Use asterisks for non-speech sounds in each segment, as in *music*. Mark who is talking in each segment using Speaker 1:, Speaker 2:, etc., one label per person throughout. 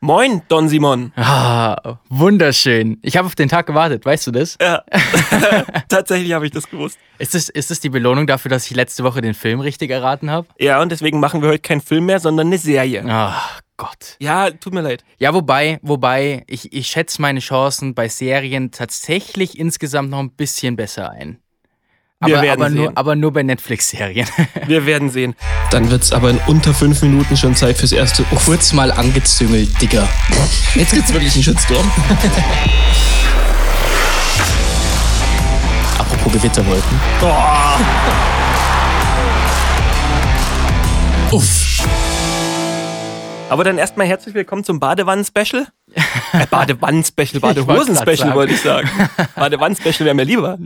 Speaker 1: Moin, Don Simon.
Speaker 2: Ah, wunderschön. Ich habe auf den Tag gewartet, weißt du das?
Speaker 1: *laughs* Ja. Tatsächlich habe ich das gewusst.
Speaker 2: Ist das, ist das die Belohnung dafür, dass ich letzte Woche den Film richtig erraten habe?
Speaker 1: Ja, und deswegen machen wir heute keinen Film mehr, sondern eine Serie.
Speaker 2: Ach Ah, Gott.
Speaker 1: Ja, tut mir leid.
Speaker 2: Ja, wobei, wobei, ich, ich schätze meine Chancen bei Serien tatsächlich insgesamt noch ein bisschen besser ein.
Speaker 1: Wir
Speaker 2: Aber,
Speaker 1: werden
Speaker 2: aber,
Speaker 1: sehen.
Speaker 2: nur, aber nur bei Netflix-Serien. *laughs*
Speaker 1: Wir werden sehen.
Speaker 3: Dann wird's aber in unter fünf Minuten schon Zeit fürs erste. Oh,
Speaker 4: Kurz mal angezüngelt, Digga.
Speaker 3: jetzt gibt's wirklich einen Shitstorm.
Speaker 4: Apropos Gewitterwolken. Uff.
Speaker 1: Aber dann erstmal herzlich willkommen zum *laughs* Badewannen-Special. Äh, Badewannen-Special, Badehosen-Special
Speaker 2: sagen.
Speaker 1: wollte ich *laughs* sagen. Badewannen-Special wäre mir lieber.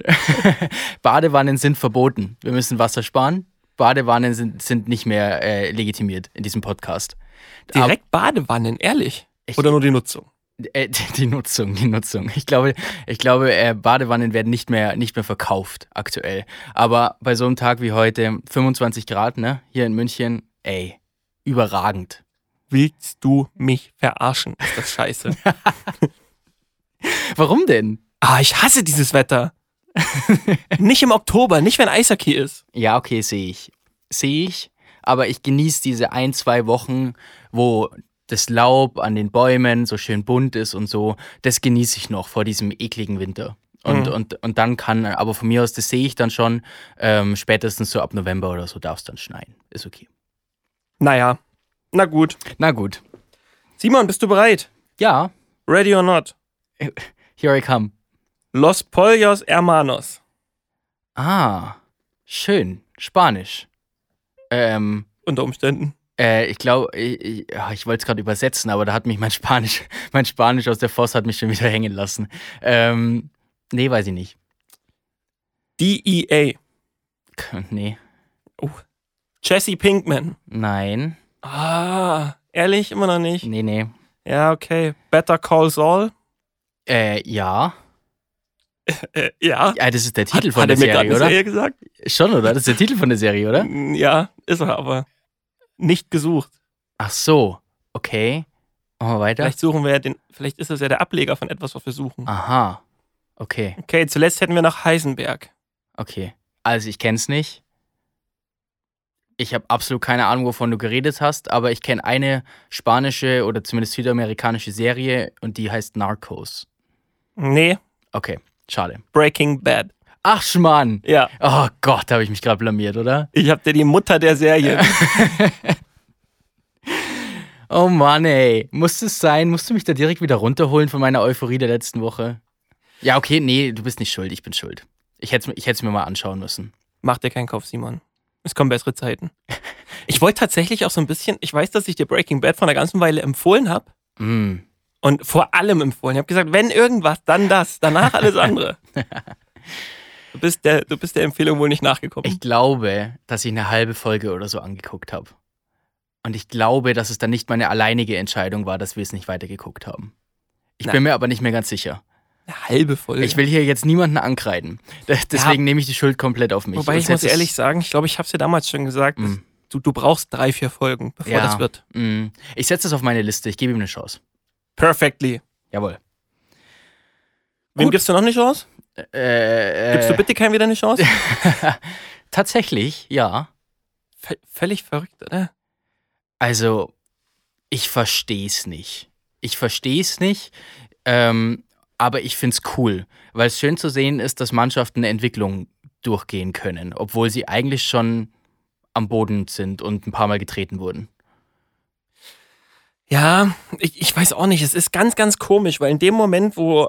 Speaker 2: Badewannen sind verboten. Wir müssen Wasser sparen. Badewannen sind, sind nicht mehr äh, legitimiert in diesem Podcast.
Speaker 1: Direkt Badewannen, ehrlich.
Speaker 2: Echt?
Speaker 1: Oder nur die Nutzung.
Speaker 2: Äh, *laughs* die die Nutzung, die Nutzung. Ich glaube, ich glaube äh, Badewannen werden nicht mehr, nicht mehr verkauft aktuell. Aber bei so einem Tag wie heute, 25 Grad, ne, hier in München, ey, überragend.
Speaker 1: Willst du mich verarschen? Ist das *laughs* scheiße.
Speaker 2: Warum denn?
Speaker 1: ah, ich hasse dieses *laughs* Wetter. nicht im Oktober, nicht wenn Eishockey ist.
Speaker 2: Ja, okay, sehe ich. Sehe ich. Aber ich genieße diese ein, zwei Wochen, wo das Laub an den Bäumen so schön bunt ist und so. Das genieße ich noch vor diesem ekligen Winter. Und,
Speaker 1: Mhm.
Speaker 2: und, und dann kann, aber von mir aus, das sehe ich dann schon, ähm, spätestens so ab November oder so darf es dann schneien. Ist okay.
Speaker 1: Naja, na gut.
Speaker 2: Na gut.
Speaker 1: Simon, bist du bereit?
Speaker 2: Ja,
Speaker 1: Ready or not?
Speaker 2: here I come.
Speaker 1: Los Pollos Hermanos.
Speaker 2: Ah, schön. Spanisch. Ähm,
Speaker 1: Unter Umständen.
Speaker 2: Äh, ich glaube, ich, ich, ah, ich wollte es gerade übersetzen, aber da hat mich mein Spanisch, *laughs* mein Spanisch aus der Voss hat mich schon wieder hängen lassen. Ähm, nee, weiß ich nicht.
Speaker 1: DEA.
Speaker 2: K- Nee,
Speaker 1: Jesse Pinkman.
Speaker 2: nein,
Speaker 1: Ah, ehrlich? Immer noch nicht?
Speaker 2: nee, nee.
Speaker 1: Ja, okay. Better Call Saul.
Speaker 2: Äh, ja.
Speaker 1: Äh, ja.
Speaker 2: Ja, das ist der
Speaker 1: Hat,
Speaker 2: Titel von
Speaker 1: hat
Speaker 2: der
Speaker 1: er mir
Speaker 2: Serie,
Speaker 1: gerade
Speaker 2: oder?
Speaker 1: Serie gesagt?
Speaker 2: Schon, oder? Das ist der Titel von der
Speaker 1: *laughs*
Speaker 2: Serie, oder?
Speaker 1: Ja, ist er aber. Nicht gesucht.
Speaker 2: Ach so, okay. Machen wir weiter.
Speaker 1: Vielleicht suchen wir ja den, vielleicht ist das ja der Ableger von etwas, was wir
Speaker 2: Ah.
Speaker 1: suchen.
Speaker 2: Aha, okay,
Speaker 1: Okay, zuletzt hätten wir noch Heisenberg.
Speaker 2: okay. Also, ich kenn's nicht. Ich habe absolut keine Ahnung, wovon du geredet hast, aber ich kenne eine spanische oder zumindest südamerikanische Serie und die heißt Narcos.
Speaker 1: Nee,
Speaker 2: Okay, schade.
Speaker 1: Breaking Bad.
Speaker 2: Ach, Schmarrn.
Speaker 1: Ja,
Speaker 2: Oh Gott, habe ich mich gerade blamiert, oder?
Speaker 1: ich hab dir die Mutter der
Speaker 2: *laughs*
Speaker 1: Serie. *laughs*
Speaker 2: Oh Mann, ey. Muss es sein? Musst du mich da direkt wieder runterholen von meiner Euphorie der letzten Woche? Ja, okay, nee, du bist nicht schuld. Ich bin schuld. Ich hätte es ich hätt's mir mal anschauen müssen.
Speaker 1: Mach dir keinen Kopf, Simon. Es kommen bessere Zeiten. Ich wollte tatsächlich auch so ein bisschen, ich weiß, dass ich dir Breaking Bad vor einer ganzen Weile empfohlen habe
Speaker 2: Mm.
Speaker 1: und vor allem empfohlen. Ich habe gesagt, wenn irgendwas, dann das, danach alles
Speaker 2: *laughs*
Speaker 1: andere. Du bist der, du bist der Empfehlung wohl nicht nachgekommen.
Speaker 2: Ich glaube, dass ich eine halbe Folge oder so angeguckt habe. Und ich glaube, dass es dann nicht meine alleinige Entscheidung war, dass wir es nicht weitergeguckt haben. Ich
Speaker 1: Na. Äh.
Speaker 2: bin mir aber nicht mehr ganz sicher.
Speaker 1: Eine halbe Folge.
Speaker 2: Ich will hier jetzt niemanden ankreiden. *laughs* D- Deswegen nehme ich die Schuld komplett auf mich.
Speaker 1: Wobei ich
Speaker 2: Sonst
Speaker 1: muss
Speaker 2: hätte
Speaker 1: ehrlich sagen, ich glaube, ich habe es dir damals schon gesagt, dass
Speaker 2: Mm.
Speaker 1: du, du brauchst drei, vier Folgen, bevor
Speaker 2: Ja.
Speaker 1: das wird.
Speaker 2: Mm. Ich setze es auf meine Liste. Ich gebe ihm eine Chance.
Speaker 1: Perfectly.
Speaker 2: Jawohl.
Speaker 1: Wem
Speaker 2: Gut.
Speaker 1: gibst du noch eine Chance?
Speaker 2: Äh,
Speaker 1: Gibst du bitte keinem wieder eine
Speaker 2: *laughs*
Speaker 1: Chance?
Speaker 2: Tatsächlich, ja.
Speaker 1: V völlig verrückt, oder?
Speaker 2: Also, ich verstehe es nicht. Ich verstehe es nicht, ähm, aber ich finde es cool, weil es schön zu sehen ist, dass Mannschaften eine Entwicklung durchgehen können, obwohl sie eigentlich schon am Boden sind und ein paar Mal getreten wurden.
Speaker 1: Ja, ich, ich weiß auch nicht. Es ist ganz, ganz komisch, weil in dem Moment, wo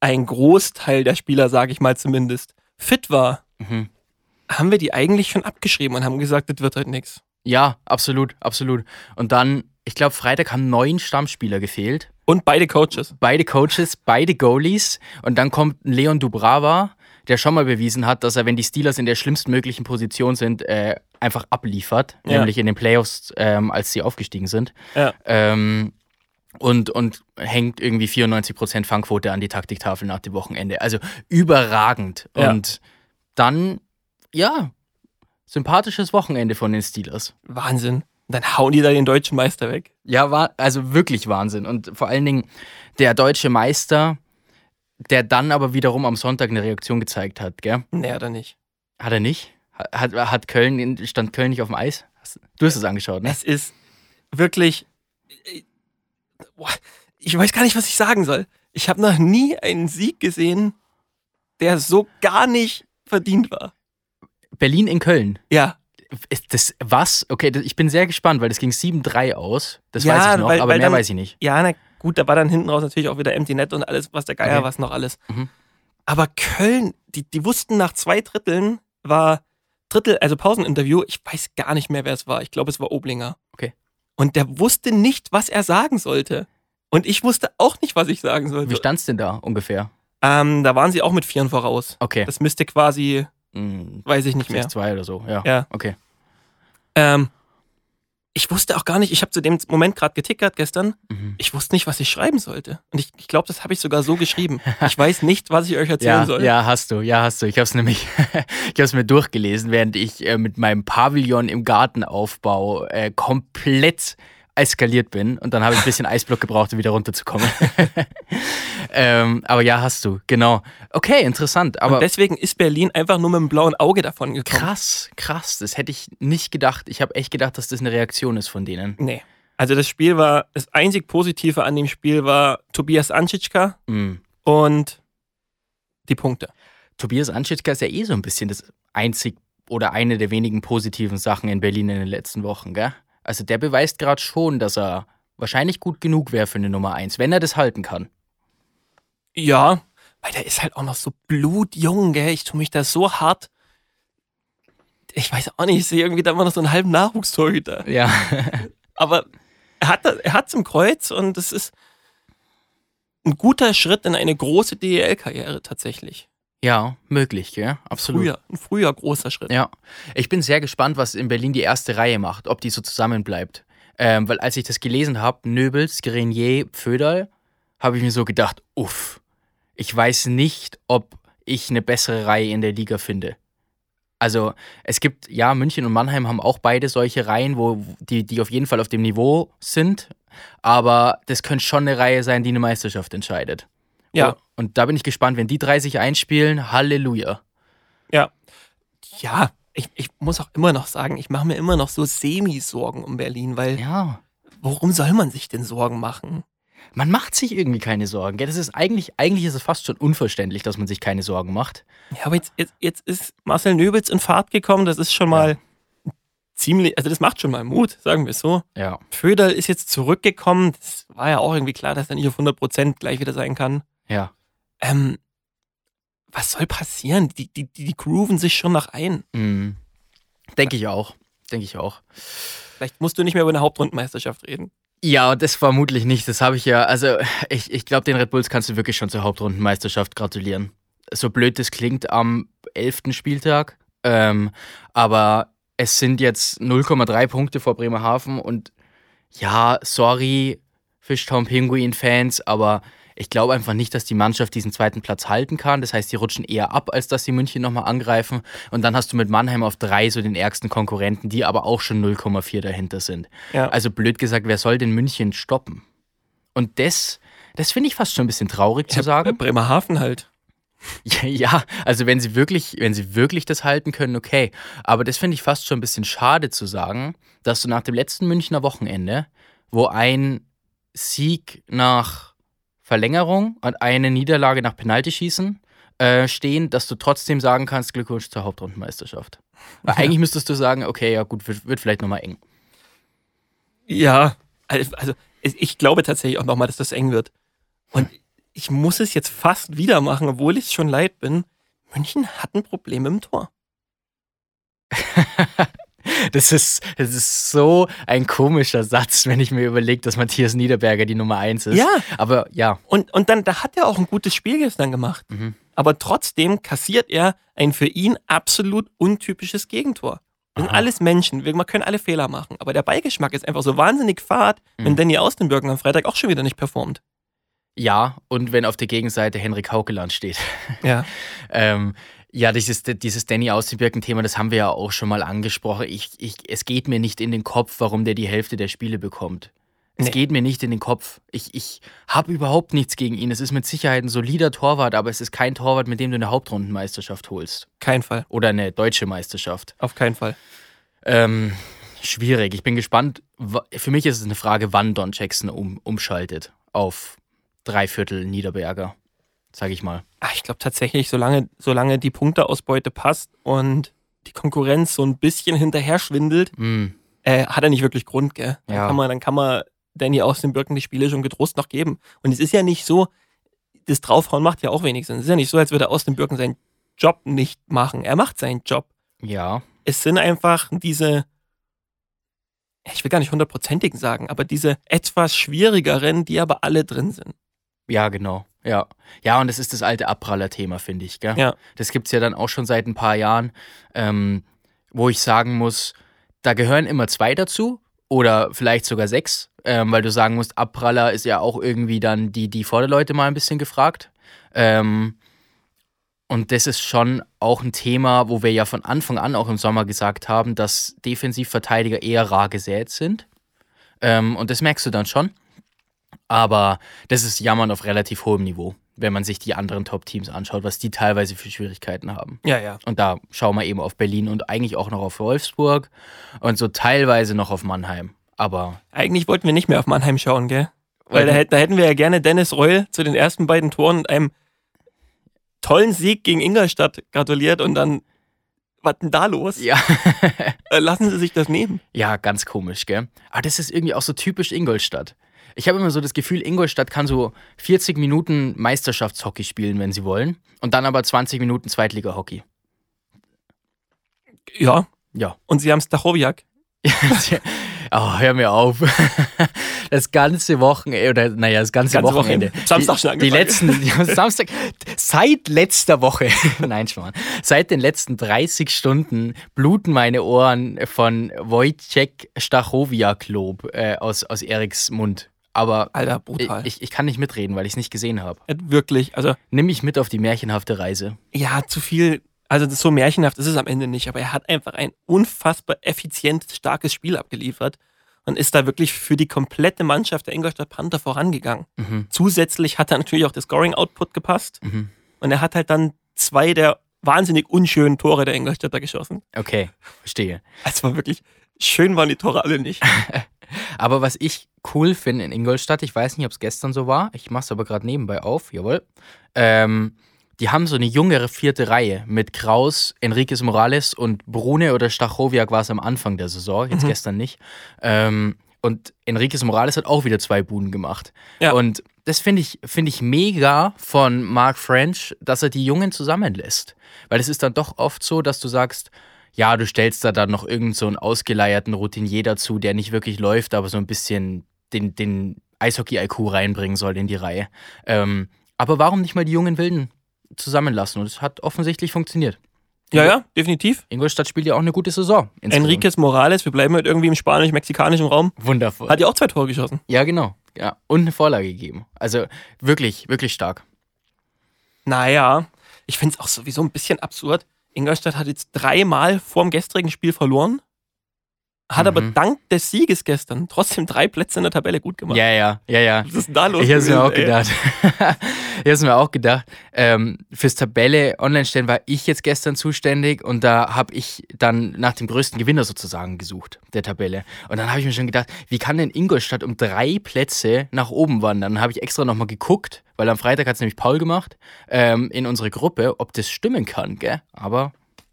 Speaker 1: ein Großteil der Spieler, sage ich mal zumindest, fit war,
Speaker 2: Mhm.
Speaker 1: haben wir die eigentlich schon abgeschrieben und haben gesagt, das wird halt heute nichts.
Speaker 2: Ja, absolut, absolut. Und dann, ich glaube, Freitag haben neun Stammspieler gefehlt.
Speaker 1: Und beide Coaches.
Speaker 2: beide Coaches, beide Goalies und dann kommt ein Leon Dubrava, der schon mal bewiesen hat, dass er, wenn die Steelers in der schlimmstmöglichen Position sind, äh, einfach abliefert,
Speaker 1: Ja.
Speaker 2: nämlich in den Playoffs, ähm, als sie aufgestiegen sind.
Speaker 1: Ja.
Speaker 2: Ähm, und, und hängt irgendwie 94% Fangquote an die Taktiktafel nach dem Wochenende. Also überragend.
Speaker 1: Ja.
Speaker 2: Und dann, ja, sympathisches Wochenende von den Steelers.
Speaker 1: Wahnsinn. Und dann hauen die da den deutschen Meister weg.
Speaker 2: Ja, war also wirklich Wahnsinn. Und vor allen Dingen der deutsche Meister, der dann aber wiederum am Sonntag eine Reaktion gezeigt hat, gell?
Speaker 1: Nee, hat er nicht.
Speaker 2: Hat er nicht? Hat, hat Köln, stand Köln nicht auf dem Eis? Hast- Du hast es angeschaut, ne?
Speaker 1: Es ist wirklich. äh, Boah, Ich weiß gar nicht, was ich sagen soll. Ich habe noch nie einen Sieg gesehen, der so gar nicht verdient war.
Speaker 2: Berlin in Köln.
Speaker 1: Ja,
Speaker 2: Ist Das, was? Okay, das- ich bin sehr gespannt, weil das ging 7-3 aus. Das
Speaker 1: Ja,
Speaker 2: weiß ich noch,
Speaker 1: weil-
Speaker 2: aber
Speaker 1: weil
Speaker 2: mehr
Speaker 1: dann-
Speaker 2: weiß ich nicht.
Speaker 1: ja, na gut, da war dann hinten raus natürlich auch wieder Empty Net und alles, was der Geier
Speaker 2: Okay.
Speaker 1: was noch alles.
Speaker 2: Mhm.
Speaker 1: Aber Köln, die, die wussten nach zwei Dritteln, war Drittel, also Pauseninterview, ich weiß gar nicht mehr, wer es war. Ich glaube, es war Oblinger.
Speaker 2: Okay.
Speaker 1: Und der wusste nicht, was er sagen sollte. Und ich wusste auch nicht, was ich sagen
Speaker 2: Wie
Speaker 1: sollte.
Speaker 2: stand's denn da ungefähr?
Speaker 1: Ähm, da waren sie auch mit Vieren voraus.
Speaker 2: Okay.
Speaker 1: Das müsste quasi,
Speaker 2: Hm,
Speaker 1: weiß ich nicht mehr.
Speaker 2: 6-2 oder so, ja.
Speaker 1: Ja.
Speaker 2: Okay.
Speaker 1: Ähm, ich wusste auch gar nicht, ich habe zu dem Moment gerade getickert gestern,
Speaker 2: Mhm.
Speaker 1: ich wusste nicht, was ich schreiben sollte. Und ich, ich glaube, das habe ich sogar so geschrieben. Ich weiß nicht, was ich euch
Speaker 2: *laughs*
Speaker 1: erzählen
Speaker 2: Ja,
Speaker 1: soll.
Speaker 2: ja, hast du, ja, hast du. Ich habe es nämlich, *laughs* ich habe mir durchgelesen, während ich äh, mit meinem Pavillon im Gartenaufbau äh, komplett eskaliert bin und dann habe ich ein bisschen Eisblock gebraucht, um wieder runterzukommen. *laughs* ähm, aber ja, hast du, genau. Okay, interessant. Aber
Speaker 1: Und deswegen ist Berlin einfach nur mit einem blauen Auge davon gekommen.
Speaker 2: krass, krass. Das hätte ich nicht gedacht. Ich habe echt gedacht, dass das eine Reaktion ist von denen.
Speaker 1: Nee. Also das Spiel war, das einzig Positive an dem Spiel war Tobias Anschitschka
Speaker 2: Mhm.
Speaker 1: und die Punkte.
Speaker 2: Tobias Anschitzka ist ja eh so ein bisschen das einzig oder eine der wenigen positiven Sachen in Berlin in den letzten Wochen, gell? Also der beweist gerade schon, dass er wahrscheinlich gut genug wäre für eine Nummer 1, wenn er das halten kann.
Speaker 1: Ja, weil der ist halt auch noch so blutjung, gell? Ich tue mich da so hart. Ich weiß auch nicht, ich sehe irgendwie da immer noch so einen halben Nachwuchstorhüter.
Speaker 2: Ja.
Speaker 1: Aber er hat es er hat's im Kreuz und es ist ein guter Schritt in eine große DEL-Karriere tatsächlich.
Speaker 2: Ja, möglich, gell? Absolut.
Speaker 1: Früher, ein früher großer Schritt.
Speaker 2: Ja. Ich bin sehr gespannt, was in Berlin die erste Reihe macht, ob die so zusammenbleibt. Ähm, weil als ich das gelesen habe, Nöbels, Grenier, Pföderl, habe ich mir so gedacht, uff, ich weiß nicht, ob ich eine bessere Reihe in der Liga finde. Also es gibt, ja, München und Mannheim haben auch beide solche Reihen, wo, die, die auf jeden Fall auf dem Niveau sind, aber das könnte schon eine Reihe sein, die eine Meisterschaft entscheidet.
Speaker 1: Ja.
Speaker 2: Und da bin ich gespannt, wenn die drei sich einspielen, Halleluja.
Speaker 1: ja ich, ich muss auch immer noch sagen, ich mache mir immer noch so Semi-Sorgen um Berlin, weil
Speaker 2: Ja.
Speaker 1: worum soll man sich denn Sorgen machen?
Speaker 2: Man macht sich irgendwie keine Sorgen. Gell? Das ist eigentlich, eigentlich ist es fast schon unverständlich, dass man sich keine Sorgen macht.
Speaker 1: Ja, aber jetzt, jetzt, jetzt ist Marcel Nöbels in Fahrt gekommen, das ist schon mal ziemlich, also das macht schon mal Mut, sagen wir es so.
Speaker 2: Ja.
Speaker 1: Föderl ist jetzt zurückgekommen, das war ja auch irgendwie klar, dass er nicht auf 100% gleich wieder sein kann.
Speaker 2: Ja.
Speaker 1: ähm, was soll passieren? Die, die, die, die grooven sich schon nach ein.
Speaker 2: Mhm. Denke ich auch. Denke ich auch.
Speaker 1: Vielleicht musst du nicht mehr über eine Hauptrundenmeisterschaft reden.
Speaker 2: Ja, das vermutlich nicht. Das habe ich ja. Also, ich, ich glaube, den Red Bulls kannst du wirklich schon zur Hauptrundenmeisterschaft gratulieren. So blöd das klingt am 11. Spieltag. Ähm, aber es sind jetzt 0,3 Punkte vor Bremerhaven und ja, sorry, Fishtown Pinguin-Fans, aber ich glaube einfach nicht, dass die Mannschaft diesen zweiten Platz halten kann. Das heißt, die rutschen eher ab, als dass sie München nochmal angreifen. Und dann hast du mit Mannheim auf drei so den ärgsten Konkurrenten, die aber auch schon 0,4 dahinter sind.
Speaker 1: Ja.
Speaker 2: Also blöd gesagt, wer soll denn München stoppen? Und das, das finde ich fast schon ein bisschen traurig zu sagen.
Speaker 1: Bremerhaven halt.
Speaker 2: *laughs* Ja, also wenn sie wirklich, wenn sie wirklich das halten können, okay. Aber das finde ich fast schon ein bisschen schade zu sagen, dass du nach dem letzten Münchner Wochenende, wo ein Sieg nach Verlängerung und eine Niederlage nach Penaltyschießen äh, stehen, dass du trotzdem sagen kannst, Glückwunsch zur Hauptrundenmeisterschaft. Weil
Speaker 1: Ja.
Speaker 2: eigentlich müsstest du sagen, okay, ja gut, wird, wird vielleicht nochmal eng.
Speaker 1: Ja. Also, also ich glaube tatsächlich auch nochmal, dass das eng wird. Und ich muss es jetzt fast wieder machen, obwohl ich es schon leid bin. München hat ein Problem im Tor.
Speaker 2: Das ist, das ist so ein komischer Satz, wenn ich mir überlege, dass Matthias Niederberger die Nummer eins ist.
Speaker 1: Ja.
Speaker 2: Aber ja,
Speaker 1: Und, und dann, da hat er auch ein gutes Spiel gestern gemacht.
Speaker 2: Mhm.
Speaker 1: Aber trotzdem kassiert er ein für ihn absolut untypisches Gegentor. Wir sind
Speaker 2: Aha.
Speaker 1: alles Menschen, wir wir können alle Fehler machen. Aber der Beigeschmack ist einfach so wahnsinnig fad, wenn
Speaker 2: Mhm.
Speaker 1: Danny Austenbürgen am Freitag auch schon wieder nicht performt.
Speaker 2: Ja, und wenn auf der Gegenseite Henrik Haukeland steht.
Speaker 1: Ja.
Speaker 2: *laughs* Ähm, Ja, dieses, dieses Danny aus thema das haben wir ja auch schon mal angesprochen. Ich, ich, es geht mir nicht in den Kopf, warum der die Hälfte der Spiele bekommt. Es
Speaker 1: Nee.
Speaker 2: geht mir nicht in den Kopf. Ich, ich habe überhaupt nichts gegen ihn. Es ist mit Sicherheit ein solider Torwart, aber es ist kein Torwart, mit dem du eine Hauptrundenmeisterschaft holst.
Speaker 1: Kein Fall.
Speaker 2: Oder eine deutsche Meisterschaft.
Speaker 1: Auf keinen Fall.
Speaker 2: Ähm, schwierig. Ich bin gespannt. Wa- Für mich ist es eine Frage, wann Don Jackson um, umschaltet auf Dreiviertel Niederberger, sage ich mal.
Speaker 1: Ah, ich glaube tatsächlich, solange, solange die Punkteausbeute passt und die Konkurrenz so ein bisschen hinterher schwindelt,
Speaker 2: Mm.
Speaker 1: äh, hat er nicht wirklich Grund, gell? Dann,
Speaker 2: Ja.
Speaker 1: kann man, dann kann man Danny aus den Birken die Spiele schon getrost noch geben. Und es ist ja nicht so, das Draufhauen macht ja auch wenig Sinn. Es ist ja nicht so, als würde aus den Birken seinen Job nicht machen. Er macht seinen Job.
Speaker 2: Ja.
Speaker 1: Es sind einfach diese, ich will gar nicht hundertprozentigen sagen, aber diese etwas schwierigeren, die aber alle drin sind.
Speaker 2: Ja, genau. Ja. Ja, und das ist das alte Abpraller-Thema, finde ich. Gell?
Speaker 1: Ja.
Speaker 2: Das gibt es ja dann auch schon seit ein paar Jahren, ähm, wo ich sagen muss, da gehören immer zwei dazu oder vielleicht sogar sechs, ähm, weil du sagen musst, Abpraller ist ja auch irgendwie dann die, die Vorderleute mal ein bisschen gefragt. Ähm, und das ist schon auch ein Thema, wo wir ja von Anfang an auch im Sommer gesagt haben, dass Defensivverteidiger eher rar gesät sind. Ähm, und das merkst du dann schon. Aber das ist Jammern auf relativ hohem Niveau, wenn man sich die anderen Top-Teams anschaut, was die teilweise für Schwierigkeiten haben.
Speaker 1: Ja, ja.
Speaker 2: Und da schauen wir eben auf Berlin und eigentlich auch noch auf Wolfsburg und so teilweise noch auf Mannheim. Aber
Speaker 1: Eigentlich wollten wir nicht mehr auf Mannheim schauen, gell? Weil
Speaker 2: Wollten-
Speaker 1: da, hätt- da hätten wir ja gerne Dennis Reul zu den ersten beiden Toren und einem tollen Sieg gegen Ingolstadt gratuliert und dann, was denn da los?
Speaker 2: ja,
Speaker 1: Äh, Lassen Sie sich das nehmen.
Speaker 2: *laughs* ja, ganz komisch, gell? Aber das ist irgendwie auch so typisch Ingolstadt. Ich habe immer so das Gefühl, Ingolstadt kann so 40 Minuten Meisterschaftshockey spielen, wenn sie wollen, und dann aber 20 Minuten Zweitliga-Hockey.
Speaker 1: Ja.
Speaker 2: Ja.
Speaker 1: Und Sie haben Stachowiak.
Speaker 2: *laughs* oh, hör mir auf. Das ganze Wochenende, oder naja, das ganze,
Speaker 1: Ganze
Speaker 2: Wochenende.
Speaker 1: Wochenende. Samstag schon angefangen.
Speaker 2: Die letzten, *laughs* die haben Samstag, seit letzter Woche, *laughs* nein, Schmarrn, seit den letzten 30 Stunden bluten meine Ohren von Wojciech Stachowiak-Lob äh, aus, aus Eriks Mund. Aber
Speaker 1: Alter,
Speaker 2: ich,
Speaker 1: brutal.
Speaker 2: ich, ich kann nicht mitreden, weil ich es nicht gesehen habe.
Speaker 1: Äh, Wirklich, also
Speaker 2: Nimm mich mit auf die märchenhafte Reise.
Speaker 1: ja, zu viel, also das so märchenhaft ist es am Ende nicht, aber er hat einfach ein unfassbar effizient starkes Spiel abgeliefert und ist da wirklich für die komplette Mannschaft der Ingolstadt Panther vorangegangen.
Speaker 2: Mhm.
Speaker 1: Zusätzlich hat da natürlich auch der Scoring-Output gepasst.
Speaker 2: Mhm.
Speaker 1: Und er hat halt dann zwei der wahnsinnig unschönen Tore der Ingolstädter geschossen.
Speaker 2: Okay, verstehe.
Speaker 1: Es war wirklich, schön waren die Tore alle nicht.
Speaker 2: Aber was ich cool finde in Ingolstadt, ich weiß nicht, ob es gestern so war, ich mache es aber gerade nebenbei auf, jawohl. Ähm, die haben so eine jüngere vierte Reihe mit Kraus, Enriquez Morales und Brune oder Stachowiak war es am Anfang der Saison, jetzt
Speaker 1: Mhm.
Speaker 2: gestern nicht. Ähm, und Enriquez Morales hat auch wieder zwei Buden gemacht.
Speaker 1: Ja.
Speaker 2: Und das finde ich, finde ich mega von Mark French, dass er die Jungen zusammenlässt. Weil es ist dann doch oft so, dass du sagst, ja, du stellst da dann noch irgend so einen ausgeleierten Routinier dazu, der nicht wirklich läuft, aber so ein bisschen den, den Eishockey-IQ reinbringen soll in die Reihe. Ähm, aber warum nicht mal die jungen Wilden zusammenlassen? Und es hat offensichtlich funktioniert.
Speaker 1: Ja, ja, definitiv.
Speaker 2: Ingolstadt spielt ja auch eine gute Saison. insgesamt.
Speaker 1: Enriquez Morales, wir bleiben halt irgendwie im spanisch-mexikanischen Raum,
Speaker 2: Wundervoll.
Speaker 1: hat ja auch zwei Tore geschossen.
Speaker 2: ja, genau. Ja. Und eine Vorlage gegeben. Also wirklich, wirklich stark.
Speaker 1: Naja, ich finde es auch sowieso ein bisschen absurd. Ingolstadt hat jetzt dreimal vorm gestrigen Spiel verloren, hat aber
Speaker 2: Mhm.
Speaker 1: dank des Sieges gestern trotzdem drei Plätze in der Tabelle gut gemacht.
Speaker 2: Ja, ja, ja, ja.
Speaker 1: Was ist denn da los?
Speaker 2: Ich hab's mir
Speaker 1: gewesen,
Speaker 2: auch
Speaker 1: ey?
Speaker 2: gedacht. *laughs* ich hab's mir auch gedacht. Ähm, fürs Tabelle online stellen war ich jetzt gestern zuständig und da habe ich dann nach dem größten Gewinner sozusagen gesucht, der Tabelle. Und dann habe ich mir schon gedacht, wie kann denn Ingolstadt um drei Plätze nach oben wandern? Dann habe ich extra nochmal geguckt, weil am Freitag hat's nämlich Paul gemacht, ähm, in unsere Gruppe, ob das stimmen kann, gell? Aber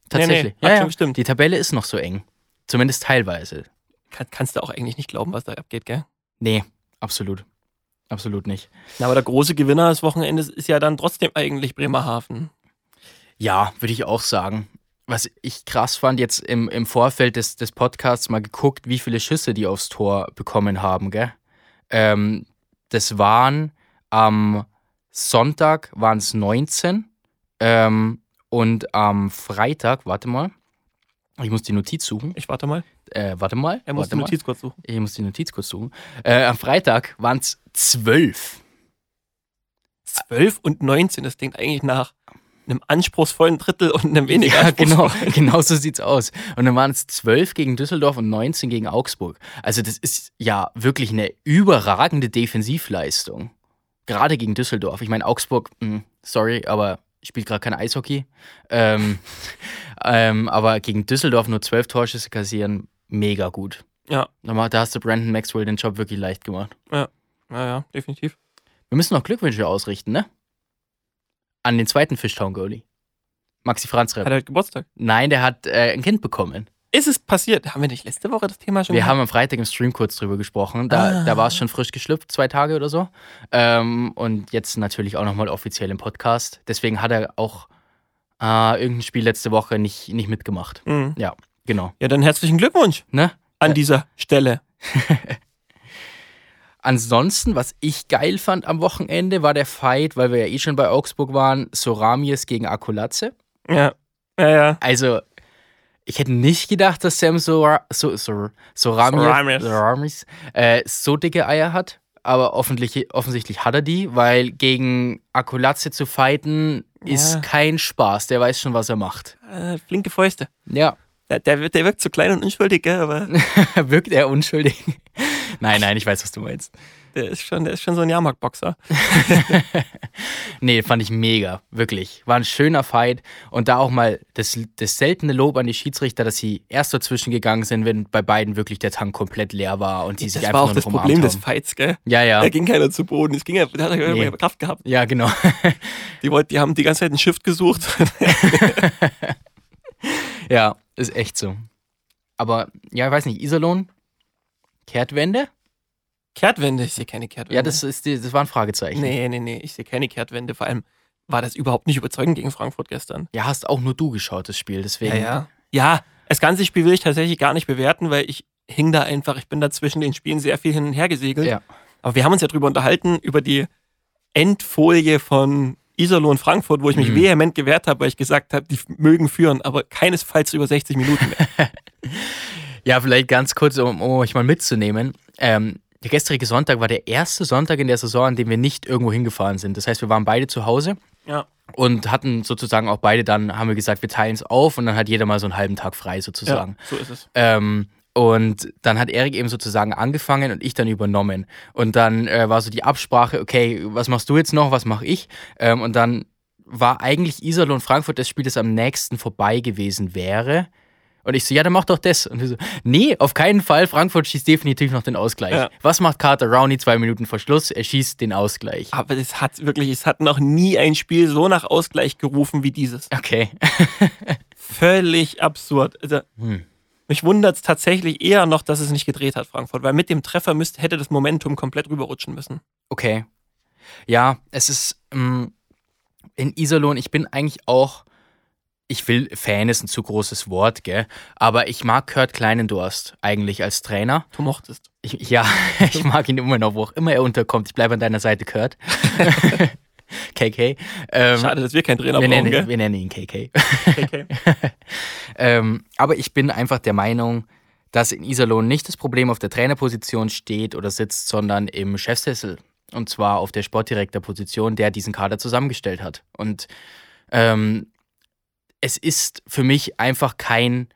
Speaker 2: tatsächlich.
Speaker 1: nee, hat schon gestimmt.
Speaker 2: Die Tabelle ist noch so eng. Zumindest teilweise.
Speaker 1: Kann, kannst du auch eigentlich nicht glauben, was da abgeht, gell?
Speaker 2: Nee, absolut. Absolut nicht.
Speaker 1: Na, aber der große Gewinner des Wochenendes ist ja dann trotzdem eigentlich Bremerhaven.
Speaker 2: Ja, würde ich auch sagen. Was ich krass fand, jetzt im, im Vorfeld des, des Podcasts mal geguckt, wie viele Schüsse die aufs Tor bekommen haben, gell? Ähm, das waren am Sonntag waren es 19 ähm, und am Freitag, warte mal, ich muss die Notiz suchen,
Speaker 1: Ich warte mal.
Speaker 2: äh, warte mal,
Speaker 1: Er muss die
Speaker 2: warte mal.
Speaker 1: Notiz kurz suchen.
Speaker 2: ich muss die Notiz kurz suchen. Äh, am Freitag waren es 12.
Speaker 1: 12 und 19, das klingt eigentlich nach einem anspruchsvollen Drittel und einem weniger
Speaker 2: Ja, genau,
Speaker 1: anspruchsvollen.
Speaker 2: *laughs* genau so sieht's aus. Und dann waren es 12 gegen Düsseldorf und 19 gegen Augsburg. Also das ist ja wirklich eine überragende Defensivleistung. Gerade gegen Düsseldorf. Ich meine, Augsburg, mh, sorry, aber spielt gerade kein Eishockey. Ähm, *laughs* ähm, aber gegen Düsseldorf nur 12 Torschüsse kassieren, mega gut.
Speaker 1: Ja.
Speaker 2: Da ma- da hast du Brandon Maxwell den Job wirklich leicht gemacht.
Speaker 1: Ja, ja, definitiv.
Speaker 2: Wir müssen noch Glückwünsche ausrichten, ne? An den zweiten Fishtown-Goalie. Maxi Franz
Speaker 1: Hat er halt Geburtstag.
Speaker 2: Nein, der hat äh, ein Kind bekommen.
Speaker 1: Ist es passiert? Haben wir nicht letzte Woche das Thema schon
Speaker 2: Wir
Speaker 1: gehabt?
Speaker 2: haben am Freitag im Stream kurz drüber gesprochen. Da,
Speaker 1: Mhm. Ah.
Speaker 2: da war es schon frisch geschlüpft, zwei Tage oder so. Ähm, und jetzt natürlich auch nochmal offiziell im Podcast. Deswegen hat er auch äh, irgendein Spiel letzte Woche nicht, nicht mitgemacht.
Speaker 1: Mhm.
Speaker 2: Genau.
Speaker 1: Ja, dann herzlichen Glückwunsch
Speaker 2: Ne?
Speaker 1: an
Speaker 2: Ja.
Speaker 1: dieser Stelle.
Speaker 2: Ansonsten, was ich geil fand am Wochenende, war der Fight, weil wir ja eh schon bei Augsburg waren, Soramies gegen Akulatze.
Speaker 1: Ja, ja, ja.
Speaker 2: Also, ich hätte nicht gedacht, dass Sam Sora, so, so, Soramies,
Speaker 1: Soramies.
Speaker 2: Soramies äh, so dicke Eier hat. Aber offensichtlich, offensichtlich hat er die, weil gegen Akulatze zu fighten ist
Speaker 1: Ja.
Speaker 2: kein Spaß. Der weiß schon, was er macht.
Speaker 1: Äh, flinke Fäuste.
Speaker 2: Ja, *laughs*
Speaker 1: Der, der, wirkt- der wirkt so klein und unschuldig, gell, aber
Speaker 2: wirkt er unschuldig. *laughs* nein, nein, ich weiß, was du meinst.
Speaker 1: der ist schon, der ist schon so ein Jahrmarktboxer.
Speaker 2: Nee, fand ich mega, wirklich. War ein schöner Fight und da auch mal das, das seltene Lob an die Schiedsrichter, dass sie erst dazwischen gegangen sind, wenn bei beiden wirklich der Tank komplett leer war und die sich
Speaker 1: Das
Speaker 2: einfach
Speaker 1: war auch
Speaker 2: nur
Speaker 1: das
Speaker 2: noch umarmt
Speaker 1: Problem des
Speaker 2: haben.
Speaker 1: Fights, gell?
Speaker 2: Ja, ja.
Speaker 1: Da ging keiner zu Boden. Es ging ja, da hat er
Speaker 2: Nee.
Speaker 1: keine Kraft gehabt.
Speaker 2: Ja, genau. *laughs*
Speaker 1: Die, wollten, die haben die ganze Zeit einen Shift gesucht. *laughs*
Speaker 2: ja, ist echt so. Aber ja, ich weiß nicht, Iserlohn, Kehrtwende?
Speaker 1: Kehrtwende, ich sehe keine Kehrtwende.
Speaker 2: Ja, das, ist, die- das war ein Fragezeichen.
Speaker 1: Mhm. Nee, nee, nee, ich sehe keine Kehrtwende. Vor allem war das überhaupt nicht überzeugend gegen Frankfurt gestern.
Speaker 2: Ja, hast auch nur du geschaut, das Spiel, deswegen.
Speaker 1: Ja, das ganze Spiel will ich tatsächlich gar nicht bewerten, weil ich hing da einfach, ich bin da zwischen den Spielen sehr viel hin und her gesegelt.
Speaker 2: Ja.
Speaker 1: Aber wir haben uns ja drüber unterhalten, über die Endfolie von Iserlohn Frankfurt, wo ich mich
Speaker 2: Mhm.
Speaker 1: vehement gewehrt habe, weil ich gesagt habe, die mögen führen, aber keinesfalls über 60 Minuten mehr.
Speaker 2: Ja, vielleicht ganz kurz, um, um euch mal mitzunehmen. Ähm, der gestrige Sonntag war der erste Sonntag in der Saison, an dem wir nicht irgendwo hingefahren sind. Das heißt, wir waren beide zu Hause
Speaker 1: *laughs* Ja.
Speaker 2: und hatten sozusagen auch beide dann, haben wir gesagt, wir teilen es auf und dann hat jeder mal so einen halben Tag frei sozusagen.
Speaker 1: so ist es.
Speaker 2: Ähm, und dann hat Erik eben sozusagen angefangen und ich dann übernommen. Und dann äh, war so die Absprache, okay, was machst du jetzt noch, was mache ich? Ähm, und dann war eigentlich Iserlohn Frankfurt das Spiel, das am nächsten vorbei gewesen wäre. Und ich so, ja, dann mach doch das. Und wir so, nee, auf keinen Fall. Frankfurt schießt definitiv noch den Ausgleich.
Speaker 1: Ja.
Speaker 2: Was macht Carter Rowney zwei Minuten vor Schluss? Er schießt den Ausgleich.
Speaker 1: Aber es hat wirklich, es hat noch nie ein Spiel so nach Ausgleich gerufen wie dieses.
Speaker 2: Okay.
Speaker 1: Völlig absurd. Also,
Speaker 2: Hm.
Speaker 1: Mich wundert es tatsächlich eher noch, dass es nicht gedreht hat, Frankfurt, weil mit dem Treffer müsste, hätte das Momentum komplett rüberrutschen müssen.
Speaker 2: Okay. Ja, es ist ähm, in Iserlohn, ich bin eigentlich auch, ich will, Fan ist ein zu großes Wort, gell? Aber ich mag Kurt Kleinendorst eigentlich als Trainer.
Speaker 1: Du mochtest.
Speaker 2: Ich, ja, *laughs* ich mag ihn immer noch, wo auch immer er unterkommt. Ich bleibe an deiner
Speaker 1: *laughs*
Speaker 2: Seite, Kurt. *laughs* KK. Ähm,
Speaker 1: Schade, dass wir keinen Trainer
Speaker 2: wir,
Speaker 1: brauchen,
Speaker 2: nennen,
Speaker 1: gell?
Speaker 2: wir nennen ihn KK.
Speaker 1: Okay.
Speaker 2: Ähm, aber ich bin einfach der Meinung, dass in Iserlohn nicht das Problem auf der Trainerposition steht oder sitzt, sondern im Chefsessel. Und zwar auf der Sportdirektorposition, der diesen Kader zusammengestellt hat. Und ähm, es ist für mich einfach kein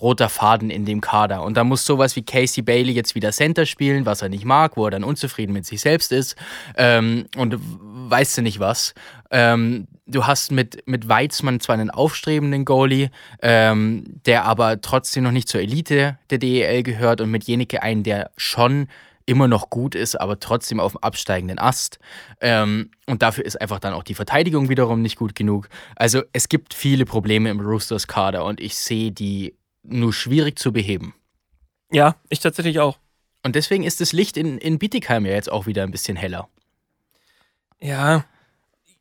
Speaker 2: roter Faden in dem Kader. Und da muss sowas wie Casey Bailey jetzt wieder Center spielen, was er nicht mag, wo er dann unzufrieden mit sich selbst ist ähm, und w- weißt du nicht was. Ähm, du hast mit, mit Weizmann zwar einen aufstrebenden Goalie, ähm, der aber trotzdem noch nicht zur Elite der DEL gehört und mit Jenike einen, der schon immer noch gut ist, aber trotzdem auf dem absteigenden Ast. Ähm, und dafür ist einfach dann auch die Verteidigung wiederum nicht gut genug. Also es gibt viele Probleme im Roosters Kader und ich sehe die nur schwierig zu beheben.
Speaker 1: Ja, ich tatsächlich auch.
Speaker 2: Und deswegen ist das Licht in, in Bietigheim ja jetzt auch wieder ein bisschen heller.
Speaker 1: Ja.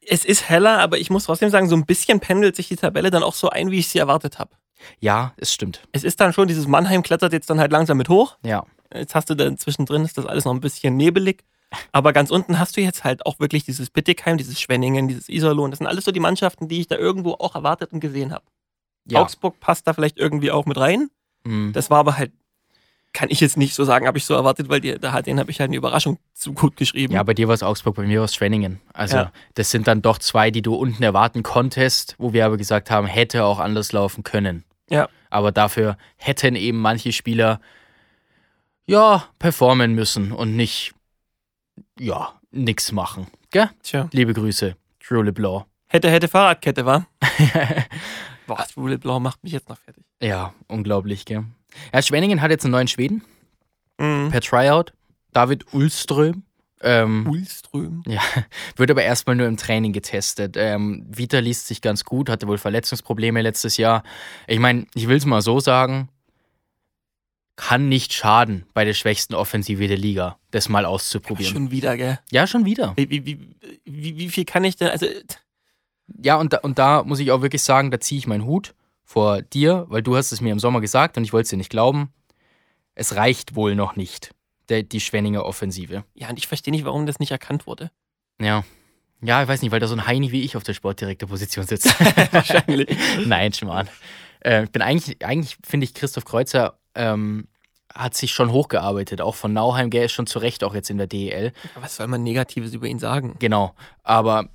Speaker 1: Es ist heller, aber ich muss trotzdem sagen, so ein bisschen pendelt sich die Tabelle dann auch so ein, wie ich sie erwartet habe.
Speaker 2: Ja, es stimmt.
Speaker 1: Es ist dann schon, dieses Mannheim klettert jetzt dann halt langsam mit hoch.
Speaker 2: Ja.
Speaker 1: Jetzt hast du dann zwischendrin, ist das alles noch ein bisschen nebelig. Aber ganz unten hast du jetzt halt auch wirklich dieses Bittigheim, dieses Schwenningen, dieses Iserlohn. Das sind alles so die Mannschaften, die ich da irgendwo auch erwartet und gesehen habe.
Speaker 2: ja.
Speaker 1: Augsburg passt da vielleicht irgendwie auch mit rein.
Speaker 2: Mhm.
Speaker 1: Das war aber halt kann ich jetzt nicht so sagen, habe ich so erwartet, weil die, da, den habe ich halt eine Überraschung zu gut geschrieben.
Speaker 2: Ja, bei dir war es Augsburg, bei mir war es Schwenningen. Also,
Speaker 1: Ja.
Speaker 2: das sind dann doch zwei, die du unten erwarten konntest, wo wir aber gesagt haben, hätte auch anders laufen können.
Speaker 1: Ja.
Speaker 2: Aber dafür hätten eben manche Spieler ja performen müssen und nicht ja, nix machen. Gell?
Speaker 1: Tja.
Speaker 2: Liebe Grüße,
Speaker 1: *laughs*
Speaker 2: Drew LeBlanc.
Speaker 1: Hätte, hätte Fahrradkette, war. Boah,
Speaker 2: Ah.
Speaker 1: das Roulette Blau macht mich jetzt noch fertig.
Speaker 2: ja, unglaublich, gell? Ja, Schwenningen hat jetzt einen neuen Schweden
Speaker 1: Mhm.
Speaker 2: per Tryout. David Ulström. Ähm,
Speaker 1: Ulström.
Speaker 2: Ja, wird aber erstmal nur im Training getestet. Ähm, Vita liest sich ganz gut, hatte wohl Verletzungsprobleme letztes Jahr. Ich meine, ich will es mal so sagen, kann nicht schaden, bei der schwächsten Offensive der Liga, das mal auszuprobieren.
Speaker 1: Schon wieder, gell?
Speaker 2: Ja, schon wieder.
Speaker 1: Wie, wie, wie, wie, wie viel kann ich denn? Also,
Speaker 2: Ja, und da, und da muss ich auch wirklich sagen, da ziehe ich meinen Hut vor dir, weil du hast es mir im Sommer gesagt und ich wollte es dir nicht glauben. Es reicht wohl noch nicht, der, die Schwenninger Offensive.
Speaker 1: ja, und ich verstehe nicht, warum das nicht erkannt wurde.
Speaker 2: Ja. Ja, ich weiß nicht, weil da so ein Heini wie ich auf der Sportdirektor-Position
Speaker 1: *laughs*
Speaker 2: sitzt.
Speaker 1: Wahrscheinlich.
Speaker 2: Nein, Schmarrn. Äh, ich bin eigentlich, eigentlich finde ich, Christoph Kreuzer ähm, hat sich schon hochgearbeitet, auch von Nauheim, gell, ist schon zu Recht auch jetzt in der DEL.
Speaker 1: Was soll man Negatives über ihn sagen?
Speaker 2: Genau. Aber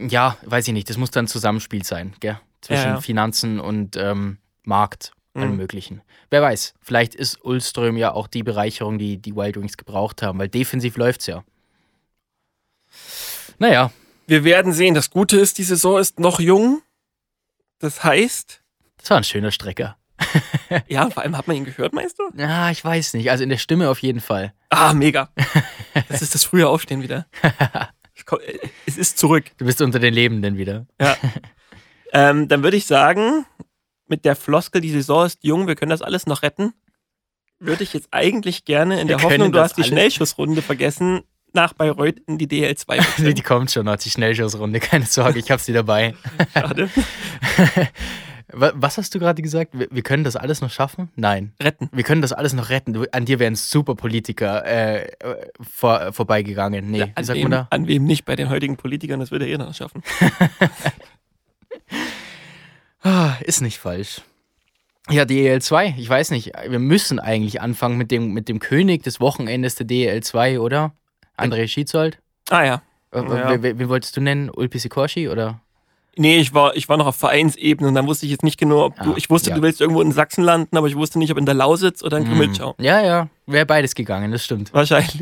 Speaker 2: ja, weiß ich nicht, das muss dann ein Zusammenspiel sein, gell? Zwischen
Speaker 1: Ja, ja.
Speaker 2: Finanzen und ähm, Markt, allem
Speaker 1: Mhm.
Speaker 2: möglichen. Wer weiß, vielleicht ist Ulström ja auch die Bereicherung, die die Wild Wings gebraucht haben, weil defensiv läuft's ja. Naja,
Speaker 1: Wir werden sehen. Das Gute ist, die Saison ist noch jung. Das heißt,
Speaker 2: das war ein schöner Strecker.
Speaker 1: ja, vor allem hat man ihn gehört, meinst du?
Speaker 2: Ja, ich weiß nicht. Also in der Stimme auf jeden Fall.
Speaker 1: Ah, mega. Das ist das frühe Aufstehen wieder. Es ko- äh, Es ist zurück.
Speaker 2: Du bist unter den Lebenden wieder.
Speaker 1: Ähm, dann würde ich sagen, mit der Floskel, die Saison ist jung, wir können das alles noch retten, würde ich jetzt eigentlich gerne in der
Speaker 2: Wir können
Speaker 1: Hoffnung, du
Speaker 2: das
Speaker 1: hast die
Speaker 2: alles-
Speaker 1: Schnellschussrunde vergessen, nach Bayreuth in die
Speaker 2: *laughs*
Speaker 1: DL2 wechseln.
Speaker 2: Die kommt schon noch, die Schnellschussrunde. Keine Sorge, ich hab sie dabei.
Speaker 1: Schade.
Speaker 2: Wa- Was hast du gerade gesagt? Wir wir können das alles noch schaffen? Nein.
Speaker 1: Retten.
Speaker 2: Wir können das alles noch retten. Du, an dir wären super Politiker äh, äh, vor, äh, vorbeigegangen. Nee, wie
Speaker 1: an,
Speaker 2: sagt
Speaker 1: wem,
Speaker 2: man da?
Speaker 1: an wem nicht? Bei den heutigen Politikern, das würde er eh noch schaffen.
Speaker 2: Ah, Ist nicht falsch. Ja, DEL 2, ich weiß nicht. Wir müssen eigentlich anfangen mit dem, mit dem König des Wochenendes der DEL 2, oder? André Schiedsold?
Speaker 1: Ah ja.
Speaker 2: Äh,
Speaker 1: Ja.
Speaker 2: wen- Wen, wen wolltest du nennen? Ulpisi Korshi, oder?
Speaker 1: Nee, ich war, ich war noch auf Vereinsebene und dann wusste ich jetzt nicht genau, ob du,
Speaker 2: Ah,
Speaker 1: ich wusste,
Speaker 2: ja. Mhm.
Speaker 1: du willst irgendwo in Sachsen landen, aber ich wusste nicht, ob in der Lausitz oder in Grimmelschau.
Speaker 2: Ja, ja. Wäre beides gegangen, das
Speaker 1: *laughs*
Speaker 2: stimmt.
Speaker 1: Wahrscheinlich.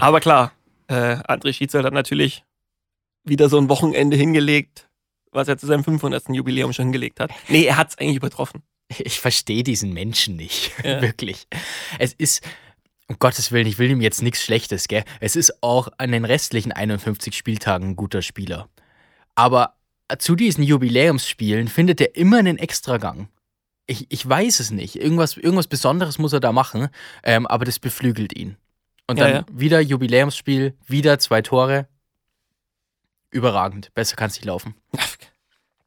Speaker 1: Aber klar, äh, André Schietzel hat natürlich wieder so ein Wochenende hingelegt, was er zu seinem 500. Jubiläum schon hingelegt hat. Nee, er hat es eigentlich übertroffen.
Speaker 2: Ich verstehe diesen Menschen nicht. *laughs*
Speaker 1: Ja.
Speaker 2: Wirklich. Es ist, um Gottes Willen, ich will ihm jetzt nichts Schlechtes, gell? Es ist auch an den restlichen 51 Spieltagen ein guter Spieler. Aber zu diesen Jubiläumsspielen findet er immer einen Extragang. Ich, ich weiß es nicht. Irgendwas, irgendwas Besonderes muss er da machen, ähm, aber das beflügelt ihn. Und
Speaker 1: Ja,
Speaker 2: dann
Speaker 1: ja.
Speaker 2: wieder Jubiläumsspiel, wieder zwei Tore. Überragend. Besser kann es nicht laufen.